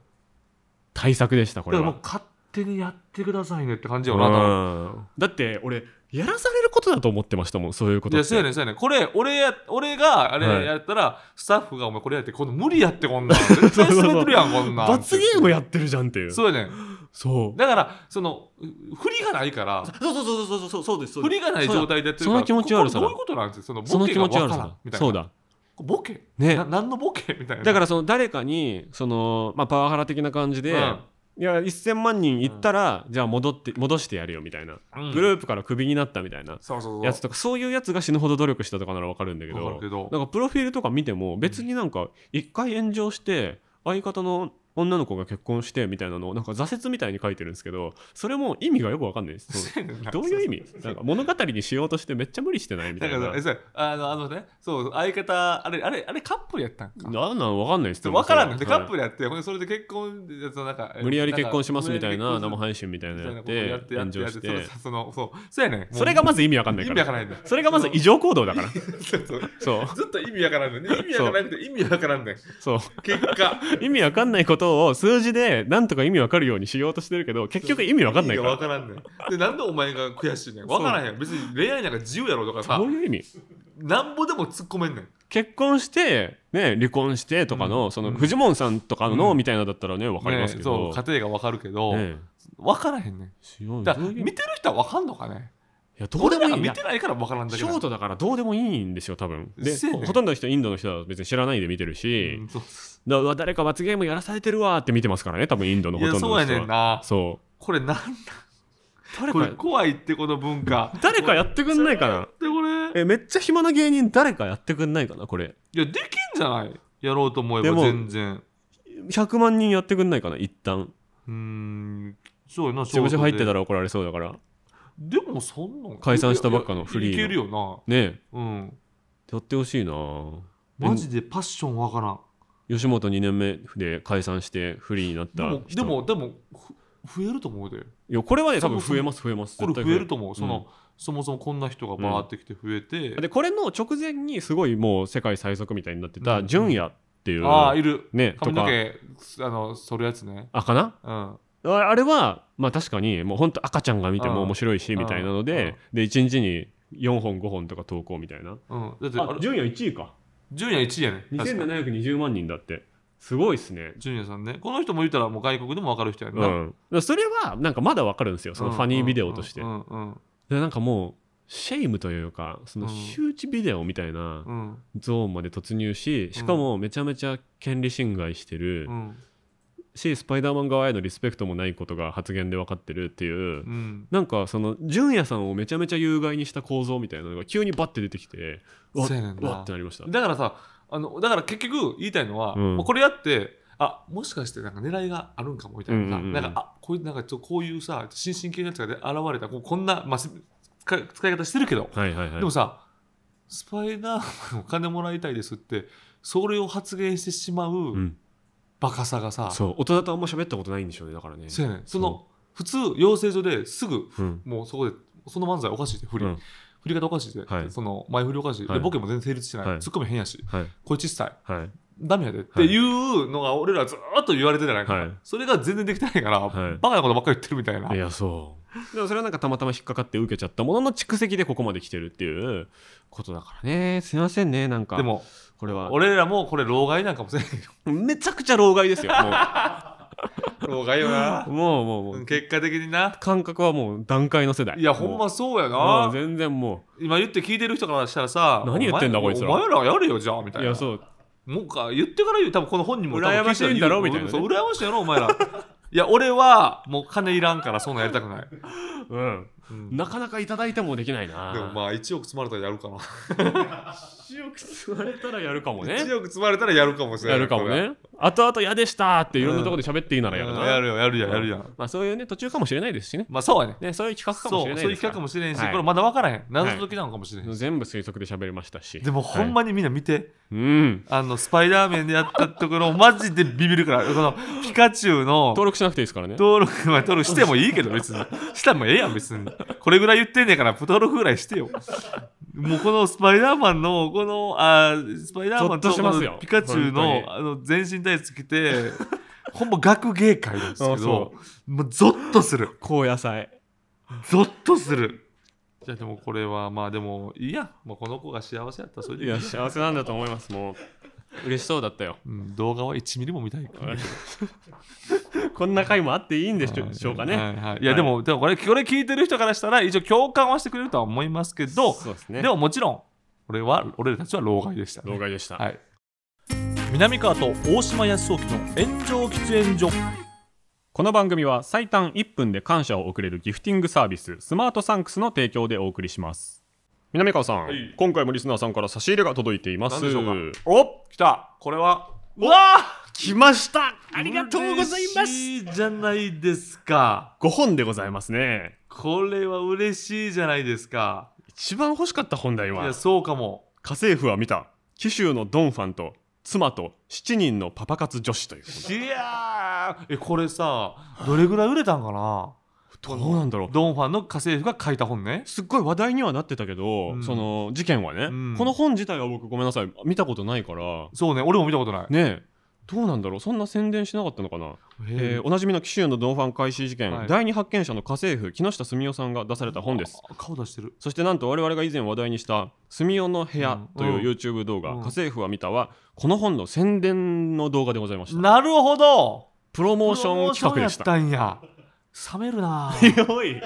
Speaker 1: 対策でした、こ
Speaker 2: だ
Speaker 1: れ
Speaker 2: から
Speaker 1: は。
Speaker 2: もう勝手にやってくださいねって感じよな多分
Speaker 1: うんだって、俺、やらされることだと思ってましたもん、そういうこ
Speaker 2: い
Speaker 1: とっ
Speaker 2: や
Speaker 1: て。
Speaker 2: そうやねんそうやねんこれ俺や俺があ
Speaker 1: はい
Speaker 2: れやったら、スタッフがお前これやってこの無理やってこんなん絶対滑ってるやんこんなん
Speaker 1: 罰ゲームやってるじゃんっていう。そう。
Speaker 2: そうやねん
Speaker 1: そう
Speaker 2: だからそのう振りがないから
Speaker 1: そうそうそうそうそうです。そう
Speaker 2: 振
Speaker 1: です
Speaker 2: りがない状態でやってる
Speaker 1: そ
Speaker 2: から
Speaker 1: の気持ち悪さだ
Speaker 2: これどういうことなんですよその
Speaker 1: そ
Speaker 2: ボ
Speaker 1: の
Speaker 2: ケ
Speaker 1: 気
Speaker 2: が
Speaker 1: 持
Speaker 2: 分
Speaker 1: ち
Speaker 2: から
Speaker 1: 悪さ
Speaker 2: んみ
Speaker 1: だ。
Speaker 2: たいな
Speaker 1: そうだ。
Speaker 2: ボケ
Speaker 1: ね
Speaker 2: な何のボケみたいな
Speaker 1: だからその誰かにその、まあ、パワハラ的な感じで、
Speaker 2: うん
Speaker 1: いや1000万人いったら、じゃあ戻って戻してやるよみたいな、
Speaker 2: うん
Speaker 1: グループからクビになったみたいな
Speaker 2: そうそうそう
Speaker 1: やつとかそういうやつが死ぬほど努力したとかなら分かるんだけ
Speaker 2: わか
Speaker 1: ど
Speaker 2: るけど
Speaker 1: なんかプロフィールとか見ても別になんか一回炎上して相方の女の子が結婚してみたいなのをなんか挫折みたいに書いてるんですけどそれも意味がよく分かんないです
Speaker 2: そうや [LAUGHS] ねんな
Speaker 1: どういう意味なんか物語にしようとしてめっちゃ無理してないみた
Speaker 2: だ
Speaker 1: い
Speaker 2: か
Speaker 1: な
Speaker 2: らえそうあのあのねそう相方あれあれあれカップルやったんか
Speaker 1: なんなん分かんないです
Speaker 2: 分からんねんで
Speaker 1: は
Speaker 2: カ
Speaker 1: い
Speaker 2: ップルやってほんでそれで結婚でそのなんか
Speaker 1: 無理やり結婚しますみたいな
Speaker 2: 無理やり結婚する
Speaker 1: 生配信みたいなのやっ
Speaker 2: みたい
Speaker 1: て
Speaker 2: なことや
Speaker 1: 炎
Speaker 2: って
Speaker 1: 上
Speaker 2: やっ
Speaker 1: して
Speaker 2: やって
Speaker 1: て
Speaker 2: そのそうそうそうやねんもう
Speaker 1: それがまず意味わかんない
Speaker 2: 意
Speaker 1: か
Speaker 2: 味わかららんねん
Speaker 1: それがまず異常行動だから
Speaker 2: [LAUGHS] そうそう
Speaker 1: そう
Speaker 2: ずっと意味わからんねん意味わからんねん意味わからんねん
Speaker 1: そう
Speaker 2: 結果
Speaker 1: 意味わかんないことを数字でなんとか意味わかるようにしようとしてるけど結局意味わかんないか
Speaker 2: 意味
Speaker 1: ら
Speaker 2: がわからんねんでなんでお前が悔しいねんわからんやん別に恋愛なんか自由やろとかさ
Speaker 1: どういう意味
Speaker 2: なんぼでも突っ込めんねん
Speaker 1: 結婚して、ね、離婚してとかの,、
Speaker 2: うん
Speaker 1: そうの
Speaker 2: ん
Speaker 1: フジモンさんとかのみたいなだったらねわかりますけ
Speaker 2: そ
Speaker 1: ど、
Speaker 2: う家庭がわかるけど、
Speaker 1: ね
Speaker 2: わからへんねん
Speaker 1: しよう
Speaker 2: だ
Speaker 1: よ
Speaker 2: か
Speaker 1: どう
Speaker 2: ら
Speaker 1: いう意
Speaker 2: 見
Speaker 1: 味い
Speaker 2: てる人はわかんのかね
Speaker 1: やどうでもいい
Speaker 2: 俺らが
Speaker 1: い
Speaker 2: 見
Speaker 1: や
Speaker 2: てないからわからんだけ
Speaker 1: シ
Speaker 2: ど
Speaker 1: ョートだからどうでもいいんですよ多分で
Speaker 2: せやねん
Speaker 1: ほとんどの人インドの人は別に知らないで見てるし、
Speaker 2: うんそうそ
Speaker 1: だから誰か罰ゲームやらされてるわーって見てますからね多分インド
Speaker 2: う
Speaker 1: の
Speaker 2: い
Speaker 1: ほ
Speaker 2: や
Speaker 1: とんど
Speaker 2: そう
Speaker 1: の
Speaker 2: や
Speaker 1: 人
Speaker 2: ねん
Speaker 1: は
Speaker 2: な
Speaker 1: そ
Speaker 2: これな
Speaker 1: う
Speaker 2: んだこれ
Speaker 1: 誰か
Speaker 2: 怖いってこの文化
Speaker 1: 誰かやってくんないかな
Speaker 2: でこれ
Speaker 1: えめっちゃ暇な芸人誰かやってくんないかなこれ
Speaker 2: いやできんじゃないやろうと思え
Speaker 1: で
Speaker 2: ば
Speaker 1: も
Speaker 2: 全然
Speaker 1: 100万人やってくんないかな一旦
Speaker 2: うーんそうやな
Speaker 1: 事務所入ってた
Speaker 2: ら
Speaker 1: ら怒られそうだから
Speaker 2: でもそんなん
Speaker 1: 解散したばっかのフリーの
Speaker 2: いやいけるよ
Speaker 1: ねえ
Speaker 2: なうん
Speaker 1: やってほしいなぁ
Speaker 2: マジでパッションわからん
Speaker 1: 吉本2年目で解散してフリーになっ
Speaker 2: で
Speaker 1: た
Speaker 2: も
Speaker 1: 人
Speaker 2: でもでもふ増えると思うで
Speaker 1: いやこれはね多分
Speaker 2: そもそも
Speaker 1: 増えます増えます
Speaker 2: これ
Speaker 1: 絶対
Speaker 2: 増えると思うその、
Speaker 1: うん
Speaker 2: そもそもこんな人がバーってきて増えて、
Speaker 1: でこれの直前にすごいもう世界最速みたいになってた
Speaker 2: うん
Speaker 1: 純也っていう
Speaker 2: ああいる
Speaker 1: ねと
Speaker 2: 髪
Speaker 1: か
Speaker 2: の毛あの剃るやつね
Speaker 1: あかな
Speaker 2: うん
Speaker 1: ああれは、まあ確かに、もう本当赤ちゃんが見ても
Speaker 2: うん
Speaker 1: 面白いし、みたいなの
Speaker 2: うんう
Speaker 1: で
Speaker 2: ん、
Speaker 1: で、1日に4本、5本とか投稿みたいな。
Speaker 2: うんだってあ
Speaker 1: あ、
Speaker 2: れ
Speaker 1: 純也1位か。
Speaker 2: ジュニア1位やね確か
Speaker 1: 2720万人だって。すごいっすね。
Speaker 2: ジュニアさんねこの人も言ったらもう外国でも分かる人や
Speaker 1: うん。だ
Speaker 2: な、
Speaker 1: からそれは、なんかまだわかるんですよ。そのファニービデオとして
Speaker 2: う。んうん
Speaker 1: で、なんかもう、シェイムというか、その
Speaker 2: うん
Speaker 1: 周知ビデオみたいな
Speaker 2: うん
Speaker 1: ゾーンまで突入し、しかもめちゃめちゃ権利侵害してる
Speaker 2: う、ん
Speaker 1: し、スパイダーマン側へのリスペクトもないことが発言で分かってるっていう
Speaker 2: う、ん
Speaker 1: なんかその純也さんをめちゃめちゃ有害にした構造みたいなのが急にバッて出てきてうわ
Speaker 2: そうやねん
Speaker 1: うわ
Speaker 2: な
Speaker 1: ってなりました
Speaker 2: だからさあのだから結局言いたいのは、
Speaker 1: うん
Speaker 2: まあこれやってあもしかしてなんか狙いがあるんかもみたいなさ、
Speaker 1: うんうんうん
Speaker 2: なんかあこういうなんかちょこういうさ新進系のやつがで現れたこうこんな、まあ、し使い使い方してるけど
Speaker 1: はいはいはい
Speaker 2: でもさ、スパイダーマンお金もらいたいですって、それを発言してしま
Speaker 1: う、
Speaker 2: うんバカさがさ、
Speaker 1: そう大人とあんま喋ったことないんでしょうねだからね
Speaker 2: そうやねんその
Speaker 1: そ
Speaker 2: 普通、養成所ですぐ、
Speaker 1: うん
Speaker 2: もうそこで、その漫才おかしいって、振り、
Speaker 1: うん
Speaker 2: 振り方おかしいって、
Speaker 1: はい
Speaker 2: その前振りおかしい、
Speaker 1: はい
Speaker 2: で、ボケも全然成立してない、
Speaker 1: はい
Speaker 2: ツッコミ変やし、
Speaker 1: はい
Speaker 2: 声小さい、
Speaker 1: はい
Speaker 2: ダメやで、
Speaker 1: はい
Speaker 2: っていうのが俺らずーっと言われてたじゃないか、
Speaker 1: はい
Speaker 2: それが全然できてないから、
Speaker 1: はい。
Speaker 2: バカなことばっかり言ってるみたいない
Speaker 1: やそうでもそれはなんかたまたま引っかかって受けちゃったものの蓄積でここまで来てるっていうことだからねすいませんねなんか
Speaker 2: でも、
Speaker 1: これは
Speaker 2: 俺らもこれ、老害なんかもせんよ。
Speaker 1: めちゃくちゃ老害です
Speaker 2: [LAUGHS]
Speaker 1: よ
Speaker 2: 老害よな
Speaker 1: もう。もうもうもう、
Speaker 2: うん結果的にな。
Speaker 1: 感覚はもう段階の世代
Speaker 2: いや、ほん
Speaker 1: も
Speaker 2: まそうや
Speaker 1: う
Speaker 2: な
Speaker 1: もう。全然も
Speaker 2: 今言って聞いてる人からしたらさ
Speaker 1: 何言ってんだ
Speaker 2: お前
Speaker 1: こいつら
Speaker 2: お前らやれよじゃあみた
Speaker 1: う
Speaker 2: い
Speaker 1: い
Speaker 2: な
Speaker 1: やそう
Speaker 2: もうか言ってから言う多分この本人も多分
Speaker 1: 羨ましいんだろみたいなね
Speaker 2: そう羨ましいやろお前ら [LAUGHS] いや俺はもう金いらんからそんなんやりたくない、
Speaker 1: うん
Speaker 2: うんで
Speaker 1: なかなかいただいてもできないな
Speaker 2: もまあ1億積まれたらやるかな
Speaker 1: 1億吸われたらやるかもね
Speaker 2: 1億積まれたらやるかもしれな
Speaker 1: や
Speaker 2: い
Speaker 1: るかもね後々嫌でしたっていろんなところで喋っていいな
Speaker 2: こ
Speaker 1: ら
Speaker 2: れ
Speaker 1: やるな、
Speaker 2: はやるよやるやんやるやん
Speaker 1: まあ、そういうね途中かもしれないですしね
Speaker 2: まあそうやね
Speaker 1: ねそういう企画かもし
Speaker 2: そ
Speaker 1: れ
Speaker 2: う
Speaker 1: な
Speaker 2: そ
Speaker 1: いう
Speaker 2: い
Speaker 1: で
Speaker 2: う
Speaker 1: すから
Speaker 2: 企画かもしれんし
Speaker 1: はい
Speaker 2: これまだ分からへん謎解きなのかもしれへんし
Speaker 1: 全部推測で喋りましたし
Speaker 2: でもほんまにみんな見て
Speaker 1: うん
Speaker 2: あのスパイダーメンでやったところ [LAUGHS] マジでビビるからこのピカチュウの
Speaker 1: 登録しなくていいですからね
Speaker 2: 登録は登録してもいいけど別にしたらもうええやん別にこれぐらい言ってんねんから登録ぐらいしてよもうこのスパイダーマンのこのあースパイダーマン
Speaker 1: ゾッと
Speaker 2: と
Speaker 1: し
Speaker 2: こ
Speaker 1: ますよ
Speaker 2: のピカチュウ
Speaker 1: 本
Speaker 2: の
Speaker 1: 当
Speaker 2: あの全身タイツ着てほんま学芸会なんですけ
Speaker 1: あそ
Speaker 2: どもうゾッとする
Speaker 1: 高野菜
Speaker 2: ゾッとするじゃあでもこれはまあでもいいや、まあ、この子が幸せやったらそれで
Speaker 1: いや幸せなんだと思いますもう嬉しそうだったよ
Speaker 2: うん動画は1ミリも見たいから
Speaker 1: こんな回もあっていいんでしょうか
Speaker 2: は
Speaker 1: ね
Speaker 2: いはいいやでもでもこれこれ聞いてる人からしたら一応共感はしてくれるとは思いますけど
Speaker 1: そうですね
Speaker 2: でももちろん俺は俺たちは老害でした、
Speaker 1: 動画でした、
Speaker 2: はい南川と大島康雄の炎上喫煙所
Speaker 1: この番組は最短1分で感謝を送れるギフティングサービススマートサンクスの提供でお送りします南川さん、
Speaker 2: い
Speaker 1: 今回もリスナーさんから差し入れが届いています
Speaker 2: 何でしょうかお来たこれはうわあ
Speaker 1: 来ましたあ
Speaker 2: あ
Speaker 1: りがとうございます
Speaker 2: 嬉しいじゃないですか
Speaker 1: 5本でございますね
Speaker 2: これは嬉しいじゃないですか
Speaker 1: 一番欲しかった本題
Speaker 2: い
Speaker 1: は
Speaker 2: やそうかも
Speaker 1: 家政婦は見た紀州のドンファンと妻と7人のパパ活女子という
Speaker 2: いやーえこれさどれぐらい売れたんかな
Speaker 1: どうなんだろう
Speaker 2: ドンファンの家政婦が書いた本ね
Speaker 1: すっごい話題にはなってたけど、
Speaker 2: うん
Speaker 1: その事件はね、
Speaker 2: うん
Speaker 1: この本自体は僕ごめんなさい見たことないから
Speaker 2: そうね俺も見たことない、
Speaker 1: ねえどうなんだろうそんな宣伝しなかったのかな、
Speaker 2: へ
Speaker 1: え
Speaker 2: え
Speaker 1: ーおなじみの紀州のドンファン開始事件、
Speaker 2: はい
Speaker 1: 第二発見者の家政婦木下澄夫さんが出された本です
Speaker 2: あ顔出してる
Speaker 1: そしてなんと我々が以前話題にした「住夫の部屋」という
Speaker 2: うん
Speaker 1: YouTube 動画「
Speaker 2: うん
Speaker 1: 家政婦は見た」はこの本の宣伝の動画でございました
Speaker 2: なるほど
Speaker 1: プロモー
Speaker 2: プ
Speaker 1: シ
Speaker 2: ロ
Speaker 1: ョ
Speaker 2: モ
Speaker 1: ン
Speaker 2: ーショ
Speaker 1: 企
Speaker 2: ン
Speaker 1: 画で
Speaker 2: やっ
Speaker 1: した
Speaker 2: たんや冷めるなぁ
Speaker 1: おい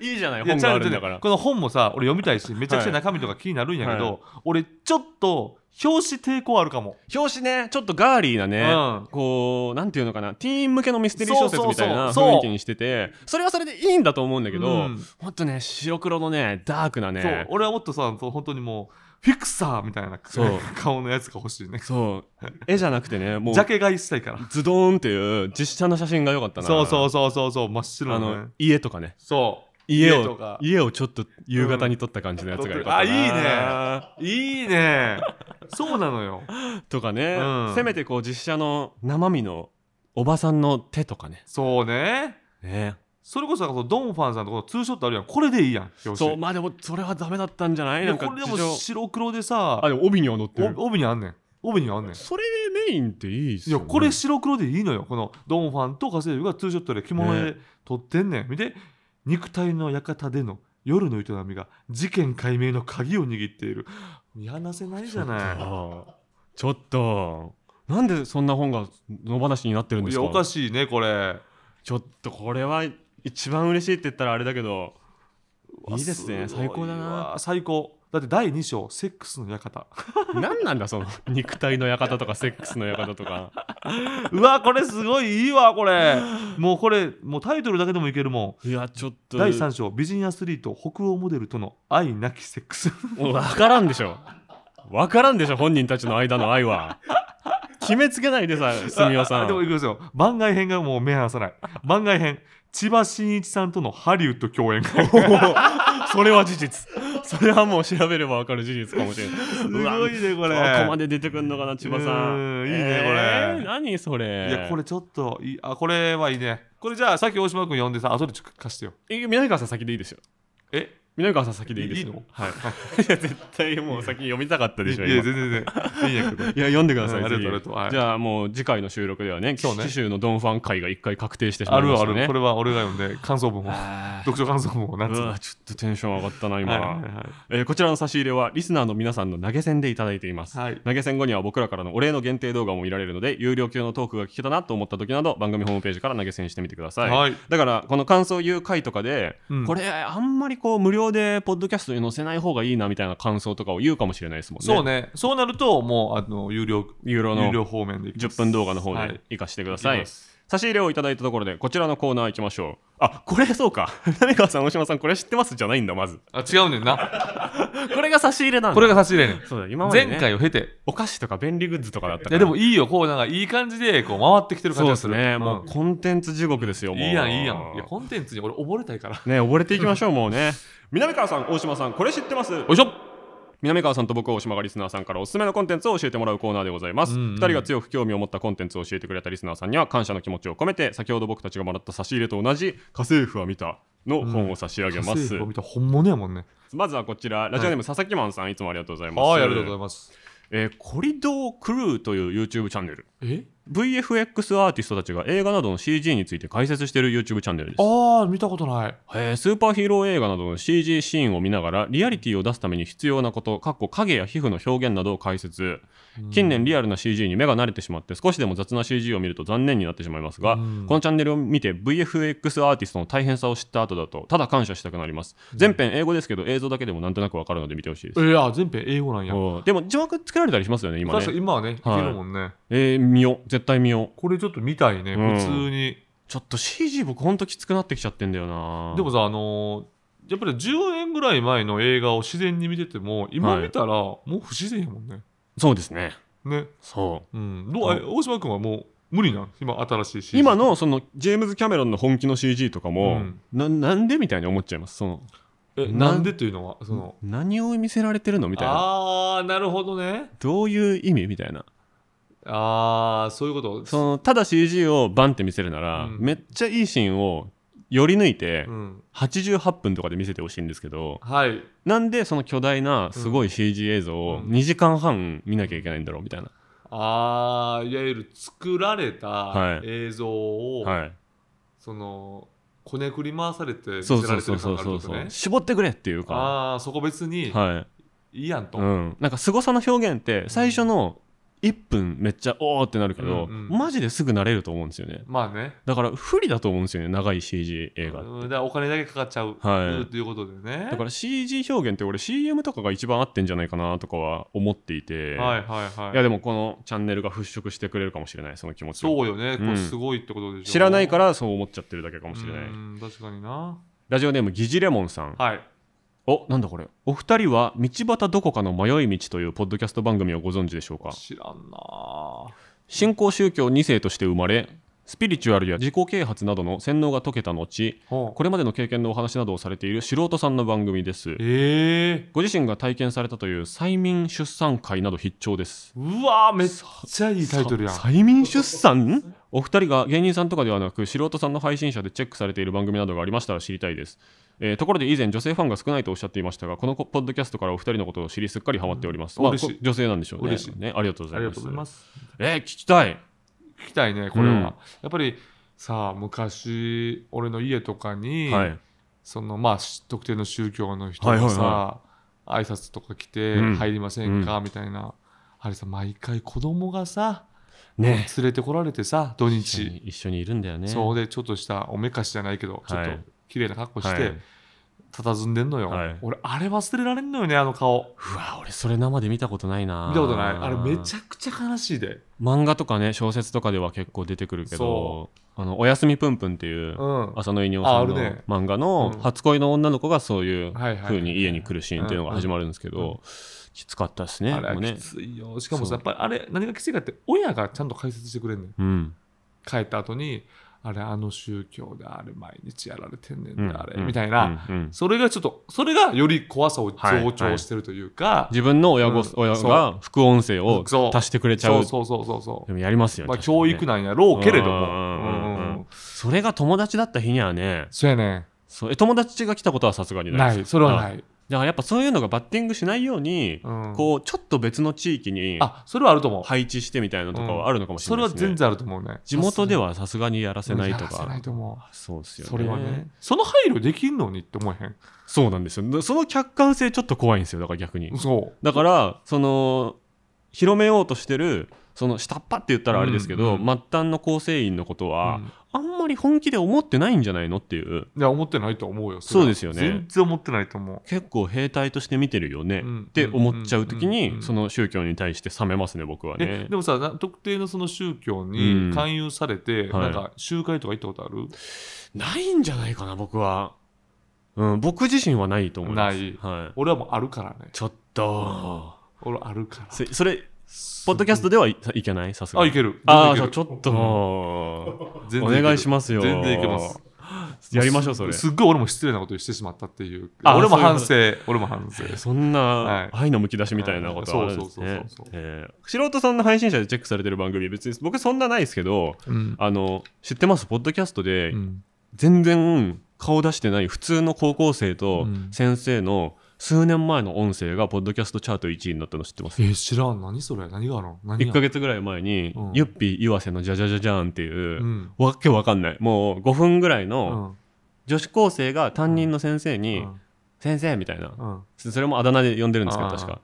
Speaker 1: いいじゃない本があるんだか
Speaker 2: いやちゃうちゃう
Speaker 1: ら
Speaker 2: この本もさ俺読みたいしめちゃくちゃ中身とか気になるんやけど、
Speaker 1: は
Speaker 2: 俺ちょっと表紙抵抗あるかも、
Speaker 1: 表紙ねちょっとガーリーなね、
Speaker 2: うん
Speaker 1: こうなんていうのかなティーン向けのミステリー小説みたいな
Speaker 2: そうそうそうそう
Speaker 1: 雰囲気にしててそれはそれでいいんだと思うんだけど、
Speaker 2: うん
Speaker 1: もっとね白黒のねダークな
Speaker 2: そう
Speaker 1: ね
Speaker 2: 俺はもっとさそう本当にもうフィクサーみたいな
Speaker 1: そう
Speaker 2: 顔のやつが欲しいね
Speaker 1: そう絵じゃなくてねもう
Speaker 2: ジャケ買いしたいから
Speaker 1: ズドーンっていう実写の写真が良かったな
Speaker 2: そうそううそうそうそう真っ白
Speaker 1: あ
Speaker 2: の
Speaker 1: の
Speaker 2: ね
Speaker 1: 家とかね
Speaker 2: そう
Speaker 1: 家を
Speaker 2: 家と
Speaker 1: 家
Speaker 2: か
Speaker 1: をちょっと夕方に撮った感じのやつが良かったな、
Speaker 2: あいいねいいねそうなのよ
Speaker 1: とかね、
Speaker 2: うん
Speaker 1: せめてこう実写の生身のおばさんの手とかね
Speaker 2: そうね
Speaker 1: ね
Speaker 2: それこそなんかそのドンファンさんとこのツーショットあるやんこれでいいやん表紙
Speaker 1: そうまあでもそれはダメだったんじゃない
Speaker 2: い
Speaker 1: な
Speaker 2: や
Speaker 1: んか
Speaker 2: これでも
Speaker 1: 事情
Speaker 2: 白黒でさ
Speaker 1: あでも帯には載ってる
Speaker 2: お帯にあんねん帯にあんねん
Speaker 1: それメインっていいっす
Speaker 2: い
Speaker 1: よ、
Speaker 2: や
Speaker 1: ね、
Speaker 2: これ白黒でいいのよこのドンファンと家政婦がツーショットで着物で撮ってんねん見て肉体の館での夜の営みが事件解明の鍵を握っている見放せないじゃな
Speaker 1: ああちょっとなんでそんな本が野放しになってるん
Speaker 2: い
Speaker 1: で
Speaker 2: い
Speaker 1: す
Speaker 2: や
Speaker 1: か
Speaker 2: おかしいねこれ
Speaker 1: ちょっとこれは一番嬉しいって言ったらあれだけどいいですね
Speaker 2: うわ
Speaker 1: 最高だ
Speaker 2: すごい
Speaker 1: な
Speaker 2: わ最高だって第2章「セックスの館」 [LAUGHS]
Speaker 1: 何なんだその肉体の館とかセックスの館とか
Speaker 2: うわこれすごいいいわこれもうこれもうタイトルだけでもいけるも
Speaker 1: いやちょっ
Speaker 2: ん
Speaker 1: と
Speaker 2: 第3章美人アスリート北欧モデルとの愛なきセックス
Speaker 1: 分からんでしょ分からんでしょ本人たちの間の愛は決めつけないでさ住代さ
Speaker 2: あでも
Speaker 1: ん
Speaker 2: いきますよ番外編がもう目離さない番外編千葉真一さんとのハリウッド共演
Speaker 1: それは事実それはもう調べれば分かる事実かもしれない [LAUGHS] す
Speaker 2: すごいねこれ
Speaker 1: ここまで出てくんのかな千葉さ
Speaker 2: うんーんいいね
Speaker 1: えー
Speaker 2: これ
Speaker 1: 何それ
Speaker 2: いやこれちょっといいあこれはいいねこれじゃあさっき大島君呼んでさ後でちょっと貸してよ
Speaker 1: え南川さん先でいいですよ
Speaker 2: え
Speaker 1: 南川さん先でいいです
Speaker 2: いい
Speaker 1: よ
Speaker 2: の
Speaker 1: はいいや絶対もう先読みたかった
Speaker 2: い
Speaker 1: で
Speaker 2: や
Speaker 1: しょ
Speaker 2: 全
Speaker 1: 今
Speaker 2: 然全然いいんやけど
Speaker 1: いや読んでください、
Speaker 2: うんあり
Speaker 1: ぜひ
Speaker 2: がとうありがとうはい
Speaker 1: じゃあもう次回の収録ではね紀
Speaker 2: そうね
Speaker 1: 州のドンファン会が一回確定してしま
Speaker 2: あ
Speaker 1: い
Speaker 2: る
Speaker 1: ま
Speaker 2: わ
Speaker 1: し
Speaker 2: あ
Speaker 1: た
Speaker 2: る
Speaker 1: ね
Speaker 2: わこれは俺が読んで感想文を
Speaker 1: あ
Speaker 2: 読書感想文を
Speaker 1: ー
Speaker 2: 夏
Speaker 1: う
Speaker 2: には
Speaker 1: わちょっとテンション上がったない今、
Speaker 2: はいはい
Speaker 1: えーこちらの差し入れはリスナーの皆さんの投げ銭でいただいています、
Speaker 2: はい
Speaker 1: 投げ銭後には僕らからのお礼の限定動画も見られるので有料級のトークが聞けたなと思った時など番組ホームページから投げ銭してみてください、
Speaker 2: はい
Speaker 1: だからこの感想言う回とかで、
Speaker 2: うん
Speaker 1: これあんまりこう無料でポッドキャストに載せない方がいいなみたいな感想とかを言うかもしれないですもんね
Speaker 2: そうね、そうなると、もうあの有料
Speaker 1: 有料
Speaker 2: 有
Speaker 1: の
Speaker 2: 料方面でいきま
Speaker 1: 10
Speaker 2: す
Speaker 1: 分動画の方
Speaker 2: は
Speaker 1: で
Speaker 2: い
Speaker 1: 活かしてください、
Speaker 2: いきます
Speaker 1: 差し入れをいただいたところでこちらのコーナー行きましょうあこれそうか [LAUGHS] 浪川さん大島さんこれ知ってますじゃないんだまず
Speaker 2: あ違うねんな
Speaker 1: これが差し入れなんだ
Speaker 2: [LAUGHS] これが差し入れねん
Speaker 1: そうだ今まで、ね、
Speaker 2: 前回を経て
Speaker 1: お菓子とか便利グッズとかだったか
Speaker 2: い
Speaker 1: ら
Speaker 2: やでもいいよこうなんかいい感じでこう回ってきてる感
Speaker 1: そうで
Speaker 2: じが
Speaker 1: す
Speaker 2: する
Speaker 1: ね、
Speaker 2: ん
Speaker 1: もうコンテンツ地獄ですよもう
Speaker 2: いいやんいいやんいやコンテンツに俺溺れたいから
Speaker 1: ね溺れていきましょうもうね南川さん大島さんこれ知ってます
Speaker 2: おいしょ
Speaker 1: 南川さんと僕大島がリスナーさんからおすすめのコンテンツを教えてもらうコーナーでございます、
Speaker 2: う
Speaker 1: 二
Speaker 2: んうん
Speaker 1: 2人が強く興味を持ったコンテンツを教えてくれたリスナーさんには感謝の気持ちを込めて先ほど僕たちがもらった差し入れと同じ「家政婦は見た」の本を差し上げま
Speaker 2: 家
Speaker 1: す、
Speaker 2: 政婦を見た本物やもんね
Speaker 1: まずはこちらラジオネーム佐々木マンさんいつもありがとうございます
Speaker 2: はいありがとうございます
Speaker 1: えーコリドークルーという YouTube チャンネル
Speaker 2: え
Speaker 1: VFX アーティストたちが映画などの CG について解説している YouTube チャンネルです
Speaker 2: ああ見たことない
Speaker 1: えースーパーヒーロー映画などの CG シーンを見ながらリアリティを出すために必要なことかっこ影や皮膚の表現などを解説近年リアルな CG に目が慣れてしまって少しでも雑な CG を見ると残念になってしまいますが、
Speaker 2: うん
Speaker 1: このチャンネルを見て VFX アーティストの大変さを知った後だとただ感謝したくなります全編英語ですけど映像だけでもなんとなくわかるので見てほしいです、
Speaker 2: いや全編英語なんや
Speaker 1: うんでも字幕つけられたりしますよね今
Speaker 2: 確か
Speaker 1: ね
Speaker 2: に今はね、
Speaker 1: はい
Speaker 2: いけるもんね。
Speaker 1: えー見よう絶対見よう
Speaker 2: これちょっと見たいね、
Speaker 1: うん
Speaker 2: 普通に。
Speaker 1: ちょっと CG 僕ほんときつくなってきちゃってんだよな
Speaker 2: でもさ、あのーやっぱり10年ぐらい前の映画を自然に見てても、今
Speaker 1: はい
Speaker 2: 見たらもう不自然やもんね。
Speaker 1: そうですね
Speaker 2: ね。
Speaker 1: そう
Speaker 2: うん。どうあ
Speaker 1: う
Speaker 2: 大島君はもう無理なん今新しい CG
Speaker 1: 今のそのジェームズ・キャメロンの本気の CG とかも、
Speaker 2: うん
Speaker 1: ななんでみたいに思っちゃいますその
Speaker 2: えなんでっていうのは、その。
Speaker 1: 何を見せられてるのみたいな
Speaker 2: ああー、なるほどね。
Speaker 1: どういう意味みたいな
Speaker 2: ああ、そういうこと。
Speaker 1: そのただ CG をバンって見せるなら、
Speaker 2: うん
Speaker 1: めっちゃいいシーンをより抜いて、
Speaker 2: うん。
Speaker 1: 88分とかで見せてほしいんですけど
Speaker 2: はい。
Speaker 1: なんでその巨大なすごい CG 映像を
Speaker 2: うん
Speaker 1: 2時間半見なきゃいけないんだろうみたいな、
Speaker 2: ああ、いわゆる作られ
Speaker 1: は
Speaker 2: た
Speaker 1: い
Speaker 2: 映像を、
Speaker 1: はい、
Speaker 2: その、こねくり回されて見せ
Speaker 1: そうそ
Speaker 2: ら
Speaker 1: う
Speaker 2: れて
Speaker 1: そう
Speaker 2: る
Speaker 1: そう
Speaker 2: 感がある
Speaker 1: そうそ
Speaker 2: ってことね
Speaker 1: う。絞ってくれっていうか
Speaker 2: ああそこ別に
Speaker 1: はい
Speaker 2: いいやんと、
Speaker 1: うん、なんか凄さの表現って最初の1分めっちゃおーってなるけど、
Speaker 2: うんうん
Speaker 1: マジですぐ慣れると思うんですよね
Speaker 2: まあね
Speaker 1: だから不利だと思うんですよね長い CG 映画って、
Speaker 2: うんだからお金だけかかっちゃう、
Speaker 1: はい
Speaker 2: ということでね
Speaker 1: だから CG 表現って俺 CM とかが一番合ってんじゃないかなとかは思っていて、
Speaker 2: はいはいはい
Speaker 1: いやでもこのチャンネルが払拭してくれるかもしれないその気持ちを
Speaker 2: そうよね、
Speaker 1: うん
Speaker 2: これすごいってことでしょ
Speaker 1: 知らないかららそう思っちゃってるだけかもしれない
Speaker 2: 確かにな
Speaker 1: ラジオネームギジレモンさん
Speaker 2: はい
Speaker 1: おなんだこれお二人は道端どこかの迷い道というポッドキャスト番組をご存知でしょうか
Speaker 2: 知らんな
Speaker 1: 信仰宗教2世として生まれスピリチュアルや自己啓発などの洗脳が解けた後
Speaker 2: こ
Speaker 1: これまでの経験のお話などをされている素人さんの番組です
Speaker 2: え
Speaker 1: ご自身が体験されたという催眠出産会など必聴です
Speaker 2: ー、うわーめっちゃいいタイトルやん
Speaker 1: さ催眠出産お二人が芸人さんとかではなく素人さんの配信者でチェックされている番組などがありましたら知りたいです、えーところで以前女性ファンが少ないとおっしゃっていましたがこのポッドキャストからお二人のことを知りすっかりハマっております、
Speaker 2: うん
Speaker 1: まあ
Speaker 2: 嬉しい
Speaker 1: こ女性なんでしょうね
Speaker 2: 嬉しい
Speaker 1: ねありがとうご
Speaker 2: あ
Speaker 1: ざい
Speaker 2: りが
Speaker 1: ます
Speaker 2: とうございます
Speaker 1: えー聞きたい
Speaker 2: 聞きたいねこれは、
Speaker 1: うん
Speaker 2: やっぱりさあ昔俺の家とかに、
Speaker 1: はい
Speaker 2: そのまあし特定の宗教の人
Speaker 1: はいはい
Speaker 2: が
Speaker 1: はい
Speaker 2: さ、挨拶とか来て
Speaker 1: うん
Speaker 2: 入りませんか、みたいなあれさ毎回子供がさ
Speaker 1: ね
Speaker 2: 連れてこられてさ土
Speaker 1: 一緒に
Speaker 2: 日、
Speaker 1: 一緒にいるんだよね
Speaker 2: そうでちょっとしたおめかしじゃないけど、ちょっと
Speaker 1: はい
Speaker 2: 綺麗な格好し
Speaker 1: は
Speaker 2: て
Speaker 1: い
Speaker 2: 佇んでんのよ、
Speaker 1: はい
Speaker 2: 俺あれ忘れられんのよねあの顔
Speaker 1: うわ俺それ生で見たことないな
Speaker 2: 見たことないあれめちゃくちゃ悲しいで
Speaker 1: 漫画とかね小説とかでは結構出てくるけど
Speaker 2: そ
Speaker 1: あのおやすみぷんぷんっていう
Speaker 2: うん
Speaker 1: 浅野いにおさんの
Speaker 2: ああるね
Speaker 1: 漫画の
Speaker 2: うん
Speaker 1: 初恋の女の子がそういう
Speaker 2: はいはい
Speaker 1: 風に家に来るシーンっていうのが始まるんですけ
Speaker 2: うんう
Speaker 1: どきつかったですね
Speaker 2: あれ
Speaker 1: も
Speaker 2: は
Speaker 1: うね
Speaker 2: きついよしかもさ
Speaker 1: そ
Speaker 2: やっぱりあれ何がきついかって親がちゃんと解説してくれんねん
Speaker 1: うん
Speaker 2: 帰った後にあれあの宗教であれ毎日やられてんねんで、
Speaker 1: うん
Speaker 2: あれ、
Speaker 1: うん
Speaker 2: みたいな、
Speaker 1: うんうん
Speaker 2: それがちょっとそれがより怖さを増長してるというか、
Speaker 1: 自分の親
Speaker 2: う
Speaker 1: 御
Speaker 2: ん
Speaker 1: 親
Speaker 2: そ
Speaker 1: が副音声を
Speaker 2: そう
Speaker 1: 足してくれちゃ
Speaker 2: そううそうそうそうそ
Speaker 1: でもやります
Speaker 2: う、
Speaker 1: よね
Speaker 2: まあ
Speaker 1: 確かにね
Speaker 2: 教育なんやろうけれども
Speaker 1: うんうんうんうん
Speaker 2: うんうん
Speaker 1: それが友達だった日にはね
Speaker 2: そうやね
Speaker 1: そうえ友達が来たことはさすがにない
Speaker 2: ないそれはない、
Speaker 1: だからやっぱそういうのがバッティングしないように、
Speaker 2: うん
Speaker 1: こうちょっと別の地域に
Speaker 2: あそれはあると思う、
Speaker 1: 配置してみたいなのとかはあるのかもし
Speaker 2: そ
Speaker 1: れ
Speaker 2: れ
Speaker 1: ない
Speaker 2: は
Speaker 1: ですね、
Speaker 2: 全然あると思うね
Speaker 1: 地元で
Speaker 2: は
Speaker 1: はさすがにやらせないとか
Speaker 2: ないと思う
Speaker 1: そうですよね
Speaker 2: それはねその配慮できんのにって思えへん
Speaker 1: そうなんですよその客観性ちょっと怖いんですよだから逆に
Speaker 2: そう
Speaker 1: だからその広めようとしてるその下っ端って言ったらあれですけど、
Speaker 2: うん
Speaker 1: 末端の構成員のことは、
Speaker 2: うん
Speaker 1: あんまり本気で思ってないんじゃないのっていう
Speaker 2: いや思ってないと思うよれは
Speaker 1: そうですよね
Speaker 2: 全然思ってないと思う
Speaker 1: 結構兵隊として見てるよね
Speaker 2: うん
Speaker 1: って思っちゃう時
Speaker 2: うんうんうんう
Speaker 1: に
Speaker 2: ん
Speaker 1: その宗教に対して冷めますね僕は
Speaker 2: え
Speaker 1: ね
Speaker 2: でもさな特定のその宗教
Speaker 1: うん
Speaker 2: に勧誘されて、
Speaker 1: はい
Speaker 2: なんか集会とか行ったことある、
Speaker 1: ないんじゃないかな僕は、うん、僕自身はないと思います
Speaker 2: ない
Speaker 1: はい、
Speaker 2: 俺はもうあるからね
Speaker 1: ちょっと
Speaker 2: 俺あるから
Speaker 1: せそれポッドキャストではいいけないさすが
Speaker 2: あ
Speaker 1: に
Speaker 2: いける
Speaker 1: ああ
Speaker 2: 全
Speaker 1: じゃ
Speaker 2: 然
Speaker 1: あ
Speaker 2: いけ
Speaker 1: ちょ
Speaker 2: る
Speaker 1: っとお
Speaker 2: 全然いける
Speaker 1: 願いしますよ
Speaker 2: 全然いけます
Speaker 1: やりましょうそれ
Speaker 2: すすっごい俺も失礼なことしてしまったっていう
Speaker 1: あ
Speaker 2: 俺
Speaker 1: そ
Speaker 2: も
Speaker 1: ういうこ
Speaker 2: 反
Speaker 1: と
Speaker 2: 省俺も反省
Speaker 1: そんな
Speaker 2: はい
Speaker 1: 愛のむき出しみたいなことはあるんです
Speaker 2: はい
Speaker 1: ね
Speaker 2: そうそうそうそうそう。
Speaker 1: えー素人さんの配信者でチェックされてる番組別に僕そんなないですけど
Speaker 2: うん
Speaker 1: あの知ってますポッドキャストで
Speaker 2: うん
Speaker 1: 全然顔出してない普通の高校生と
Speaker 2: うん
Speaker 1: 先生の数年前の音声がポッドキャストチャート1位になったの知ってます
Speaker 2: えー知らん何それ何があるの何が
Speaker 1: 1ヶ月ぐらい前に
Speaker 2: うん
Speaker 1: ゆっぴー岩瀬の「じゃじゃじゃじゃん」っていううんわけわかんないもう5分ぐらいうの
Speaker 2: ん
Speaker 1: 女子高生が担任の先生
Speaker 2: う
Speaker 1: に
Speaker 2: ん
Speaker 1: 「先生」みたいな
Speaker 2: うん
Speaker 1: それもあだ名で呼んでるんですけど
Speaker 2: あー
Speaker 1: 確か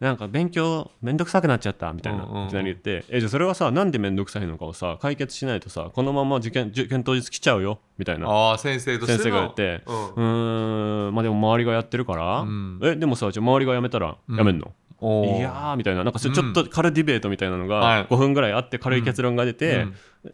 Speaker 1: なんか勉強めんどくさくなっちゃったみたいな
Speaker 2: うんうんうん
Speaker 1: いきなり言って「えじゃあそれはさなんでめんどくさいのかをさ解決しないとさこのまま受験受験当日来ちゃうよ」みたいな
Speaker 2: ああ先生として
Speaker 1: 先生
Speaker 2: の
Speaker 1: が言って
Speaker 2: うん
Speaker 1: うーんまあでも周りがやってるから、
Speaker 2: うん
Speaker 1: えでもさじゃあ周りが辞めたら
Speaker 2: うん
Speaker 1: 辞めんの、
Speaker 2: おー
Speaker 1: いやーみたいななんかちょ
Speaker 2: うん
Speaker 1: ちょっと軽ディベートみたいなの
Speaker 2: は
Speaker 1: が
Speaker 2: い
Speaker 1: 5分ぐらいあって軽い結論が出て、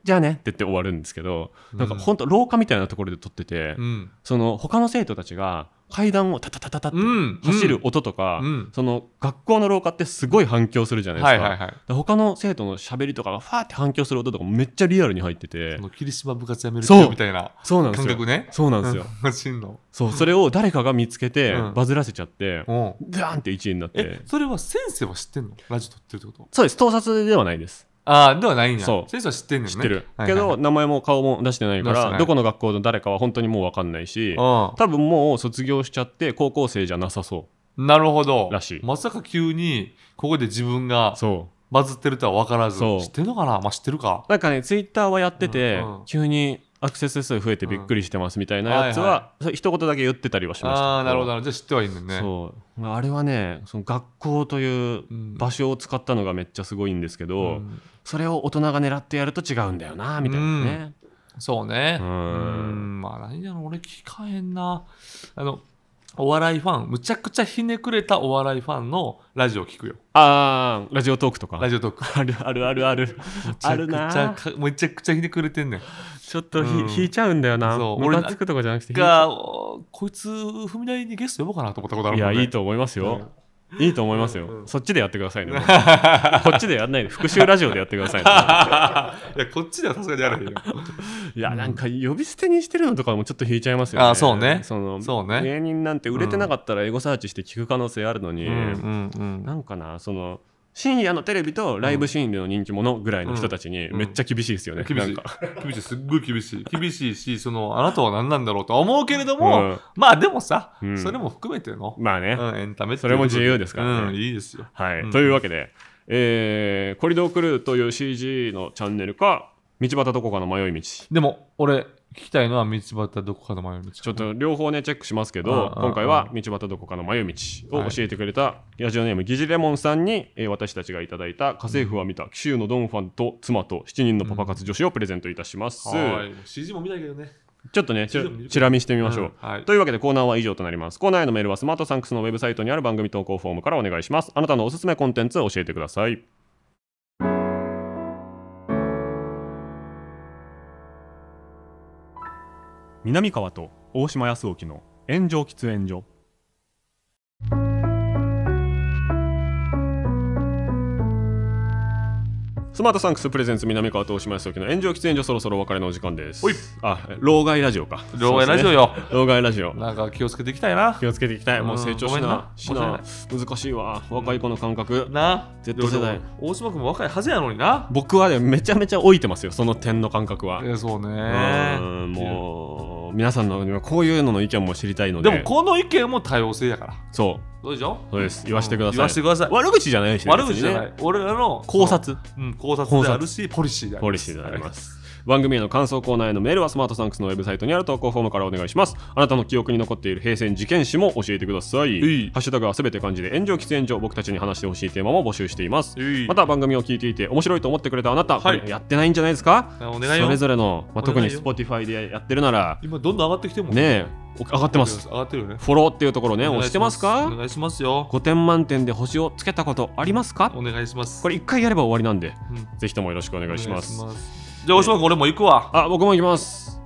Speaker 1: じゃあねって言って終わるんですけど、
Speaker 2: うん
Speaker 1: なんかほんと廊下みたいなところで撮ってて、
Speaker 2: うん
Speaker 1: その他の生徒たちが階段をタタタタタって
Speaker 2: うん
Speaker 1: 走る音とか、
Speaker 2: うん
Speaker 1: その学校の廊下ってすごい反響するじゃないです
Speaker 2: は
Speaker 1: か。
Speaker 2: いはいはい
Speaker 1: で他の生徒の喋りとかがファーって反響する音とかもめっちゃリアルに入ってて
Speaker 2: その霧島部活やめる
Speaker 1: そう
Speaker 2: ってよみたいな
Speaker 1: そうなんです
Speaker 2: 感
Speaker 1: よ
Speaker 2: 覚ね
Speaker 1: そうなんですよ、
Speaker 2: マジの
Speaker 1: そうそれを誰かが見つけて
Speaker 2: うん
Speaker 1: バズらせちゃって、
Speaker 2: うん
Speaker 1: ダーンって1位になっ
Speaker 2: え
Speaker 1: て
Speaker 2: それは先生は知ってんのラジオ撮ってるってこと
Speaker 1: そうです盗撮ではないです
Speaker 2: ああではないんや
Speaker 1: そう
Speaker 2: 先生は知ってんねんね
Speaker 1: 知ってる、
Speaker 2: はい
Speaker 1: け
Speaker 2: はいは
Speaker 1: ど
Speaker 2: い
Speaker 1: 名前も顔も出してないか
Speaker 2: 出して
Speaker 1: ら
Speaker 2: ない
Speaker 1: どこの学校の誰かは本当にもう分かんないし多分もう卒業しちゃって高校生じゃなさそ
Speaker 2: うんなるほど
Speaker 1: らしい
Speaker 2: まさか急にここで自分が
Speaker 1: うそ
Speaker 2: バズってるとは分からず
Speaker 1: そう
Speaker 2: 知ってんのかなまあ知ってるか
Speaker 1: うなんかねツイッターはやってて、
Speaker 2: うんうん
Speaker 1: 急にアクセス数増えてびっくりしてますみたいなやつ
Speaker 2: うんはい
Speaker 1: は、それ一言だけ言ってたりはしました
Speaker 2: ああーなるほどなるほどじゃあ知ってはいいんだね
Speaker 1: そうあれはねその学校という
Speaker 2: うん
Speaker 1: 場所を使ったのがめっちゃすごいんですけ
Speaker 2: う
Speaker 1: ど、
Speaker 2: ん
Speaker 1: それを大人が狙ってやると違うんだよなみたいなね、
Speaker 2: そうね
Speaker 1: う
Speaker 2: うんんまあ何やろ俺聞かへんなあのお笑いファンむちゃくちゃひねくれたお笑いファンのラジオ聞くよ
Speaker 1: ああラジオトークとか
Speaker 2: ラジオトーク
Speaker 1: [LAUGHS] あるあるあるあるある
Speaker 2: めちゃ
Speaker 1: な
Speaker 2: くちゃかめちゃくちゃひねくれてんねん
Speaker 1: ちょっとひ、
Speaker 2: うん
Speaker 1: 引いちゃうんだよな
Speaker 2: そう
Speaker 1: ムカつくとかじゃなくて引いちゃ
Speaker 2: がおこいつ踏み台にゲスト呼ぼうかなと思ったことあ
Speaker 1: う
Speaker 2: る
Speaker 1: い
Speaker 2: もん、
Speaker 1: や
Speaker 2: ね、
Speaker 1: いいと思いますよ、いいと思いますよ、
Speaker 2: うん
Speaker 1: そっちでやってくだ [LAUGHS] さいねこっちでやんないで復讐ラジオでやってください、ね、 [LAUGHS]
Speaker 2: いやこっちではさすがにやらへんよ
Speaker 1: いやなんか呼び捨てにしてるのとかもちょっと引いちゃいますよね
Speaker 2: あーそうね
Speaker 1: その
Speaker 2: そうね
Speaker 1: 芸人なんて売れてなかったらエゴサーチして聞く可能性あるのに、
Speaker 2: うんうん
Speaker 1: なんかなその深夜のテレビとライブシーンでの人気者ぐらいの人たちに
Speaker 2: うん
Speaker 1: めっちゃ厳しいですよね、
Speaker 2: 厳し
Speaker 1: なん
Speaker 2: い
Speaker 1: か
Speaker 2: 厳しいすっごい厳しい厳しいしそのあなたは何なんだろうとは思うけれども、
Speaker 1: うん
Speaker 2: まあでもさ、
Speaker 1: うん
Speaker 2: それも含めての、
Speaker 1: まあね、
Speaker 2: うん、エンタメって
Speaker 1: そ
Speaker 2: いう
Speaker 1: れも
Speaker 2: こと
Speaker 1: 自由ですからね
Speaker 2: うん、いいですよ
Speaker 1: はい、
Speaker 2: うん
Speaker 1: というわけで、えーコリドークルーという CG のチャンネルか道端どこかの迷い道
Speaker 2: でも俺聞きたいのは道端どこかの迷い道
Speaker 1: ちょっと両方ねチェックしますけ
Speaker 2: うん
Speaker 1: ど
Speaker 2: うん
Speaker 1: 今回は道端どこかの迷い道を教えてくれたラジオネームギジレモンさんに、えー私たちがいただいた「家政婦は見た紀州のドンファンと妻と7人のパパ活女子」をプレゼントいたします、
Speaker 2: はいもう CG も見たいけどね
Speaker 1: ちょっとねち
Speaker 2: ち
Speaker 1: ょ
Speaker 2: ょっと見る
Speaker 1: チラ見してみましょう、
Speaker 2: うんはい
Speaker 1: というわけでコーナーは以上となりますコーナーへのメールはスマートサンクスのウェブサイトにある番組投稿フォームからお願いしますあなたのおすすめコンテンツを教えてください南川と大島康沖の炎上喫煙所スマートサンクスプレゼンツ南川と大島康沖の炎上喫煙所そろそろお別れのお時間です
Speaker 2: ほい
Speaker 1: あ老害ラジオか
Speaker 2: 老害ラジオ
Speaker 1: よ
Speaker 2: よ、
Speaker 1: 老害ラジオ
Speaker 2: なんか気をつけていきたいな
Speaker 1: 気をつけていきたいもう成長し
Speaker 2: うんごめん
Speaker 1: な
Speaker 2: な
Speaker 1: しな難しいわ若い子の感覚
Speaker 2: な
Speaker 1: Z 世代
Speaker 2: でも大島君も若いはずやのにな
Speaker 1: 僕はねめちゃめちゃ老いてますよその点の感覚は
Speaker 2: えそうね
Speaker 1: うんもう皆さんのにはこういうのの意見も知りたいの
Speaker 2: で
Speaker 1: で
Speaker 2: もこの意見も多様性やから
Speaker 1: そう
Speaker 2: どうでしょ
Speaker 1: そうです言わせてください
Speaker 2: 言わせてください
Speaker 1: 悪口じゃないしね
Speaker 2: 悪口じゃな
Speaker 1: 別
Speaker 2: い、
Speaker 1: にね
Speaker 2: 俺らの
Speaker 1: 考察
Speaker 2: うん考察であるしポリシーであります
Speaker 1: ポリシーであります番組への感想コーナーへのメールはスマートサンクスのウェブサイトにある投稿フォームからお願いしますあなたの記憶に残っている平成事件史も教えてください
Speaker 2: い
Speaker 1: ハッシュタグはすべて漢字で炎上喫煙所僕たちに話してほしいテーマも募集しています
Speaker 2: い
Speaker 1: また番組を聞いていて面白いと思ってくれたあなた、
Speaker 2: はい
Speaker 1: これやってないんじゃないですか
Speaker 2: あお願いよ
Speaker 1: それぞれの、まあ、特に
Speaker 2: お願いよ
Speaker 1: Spotify でやってるなら
Speaker 2: 今どんどん上がってきてるもん
Speaker 1: ねえお上がってます
Speaker 2: 上がってるよね
Speaker 1: フォローっていうところね
Speaker 2: お願い
Speaker 1: 押してます
Speaker 2: お
Speaker 1: か
Speaker 2: 願いしますよ
Speaker 1: ?5 点満点で星をつけたことありますか
Speaker 2: お願いします
Speaker 1: これ1回やれば終わりなんで
Speaker 2: うん
Speaker 1: ぜひともよろしくお願いします
Speaker 2: お願いしますじゃあおしまく俺も行くわ
Speaker 1: あ僕も行きます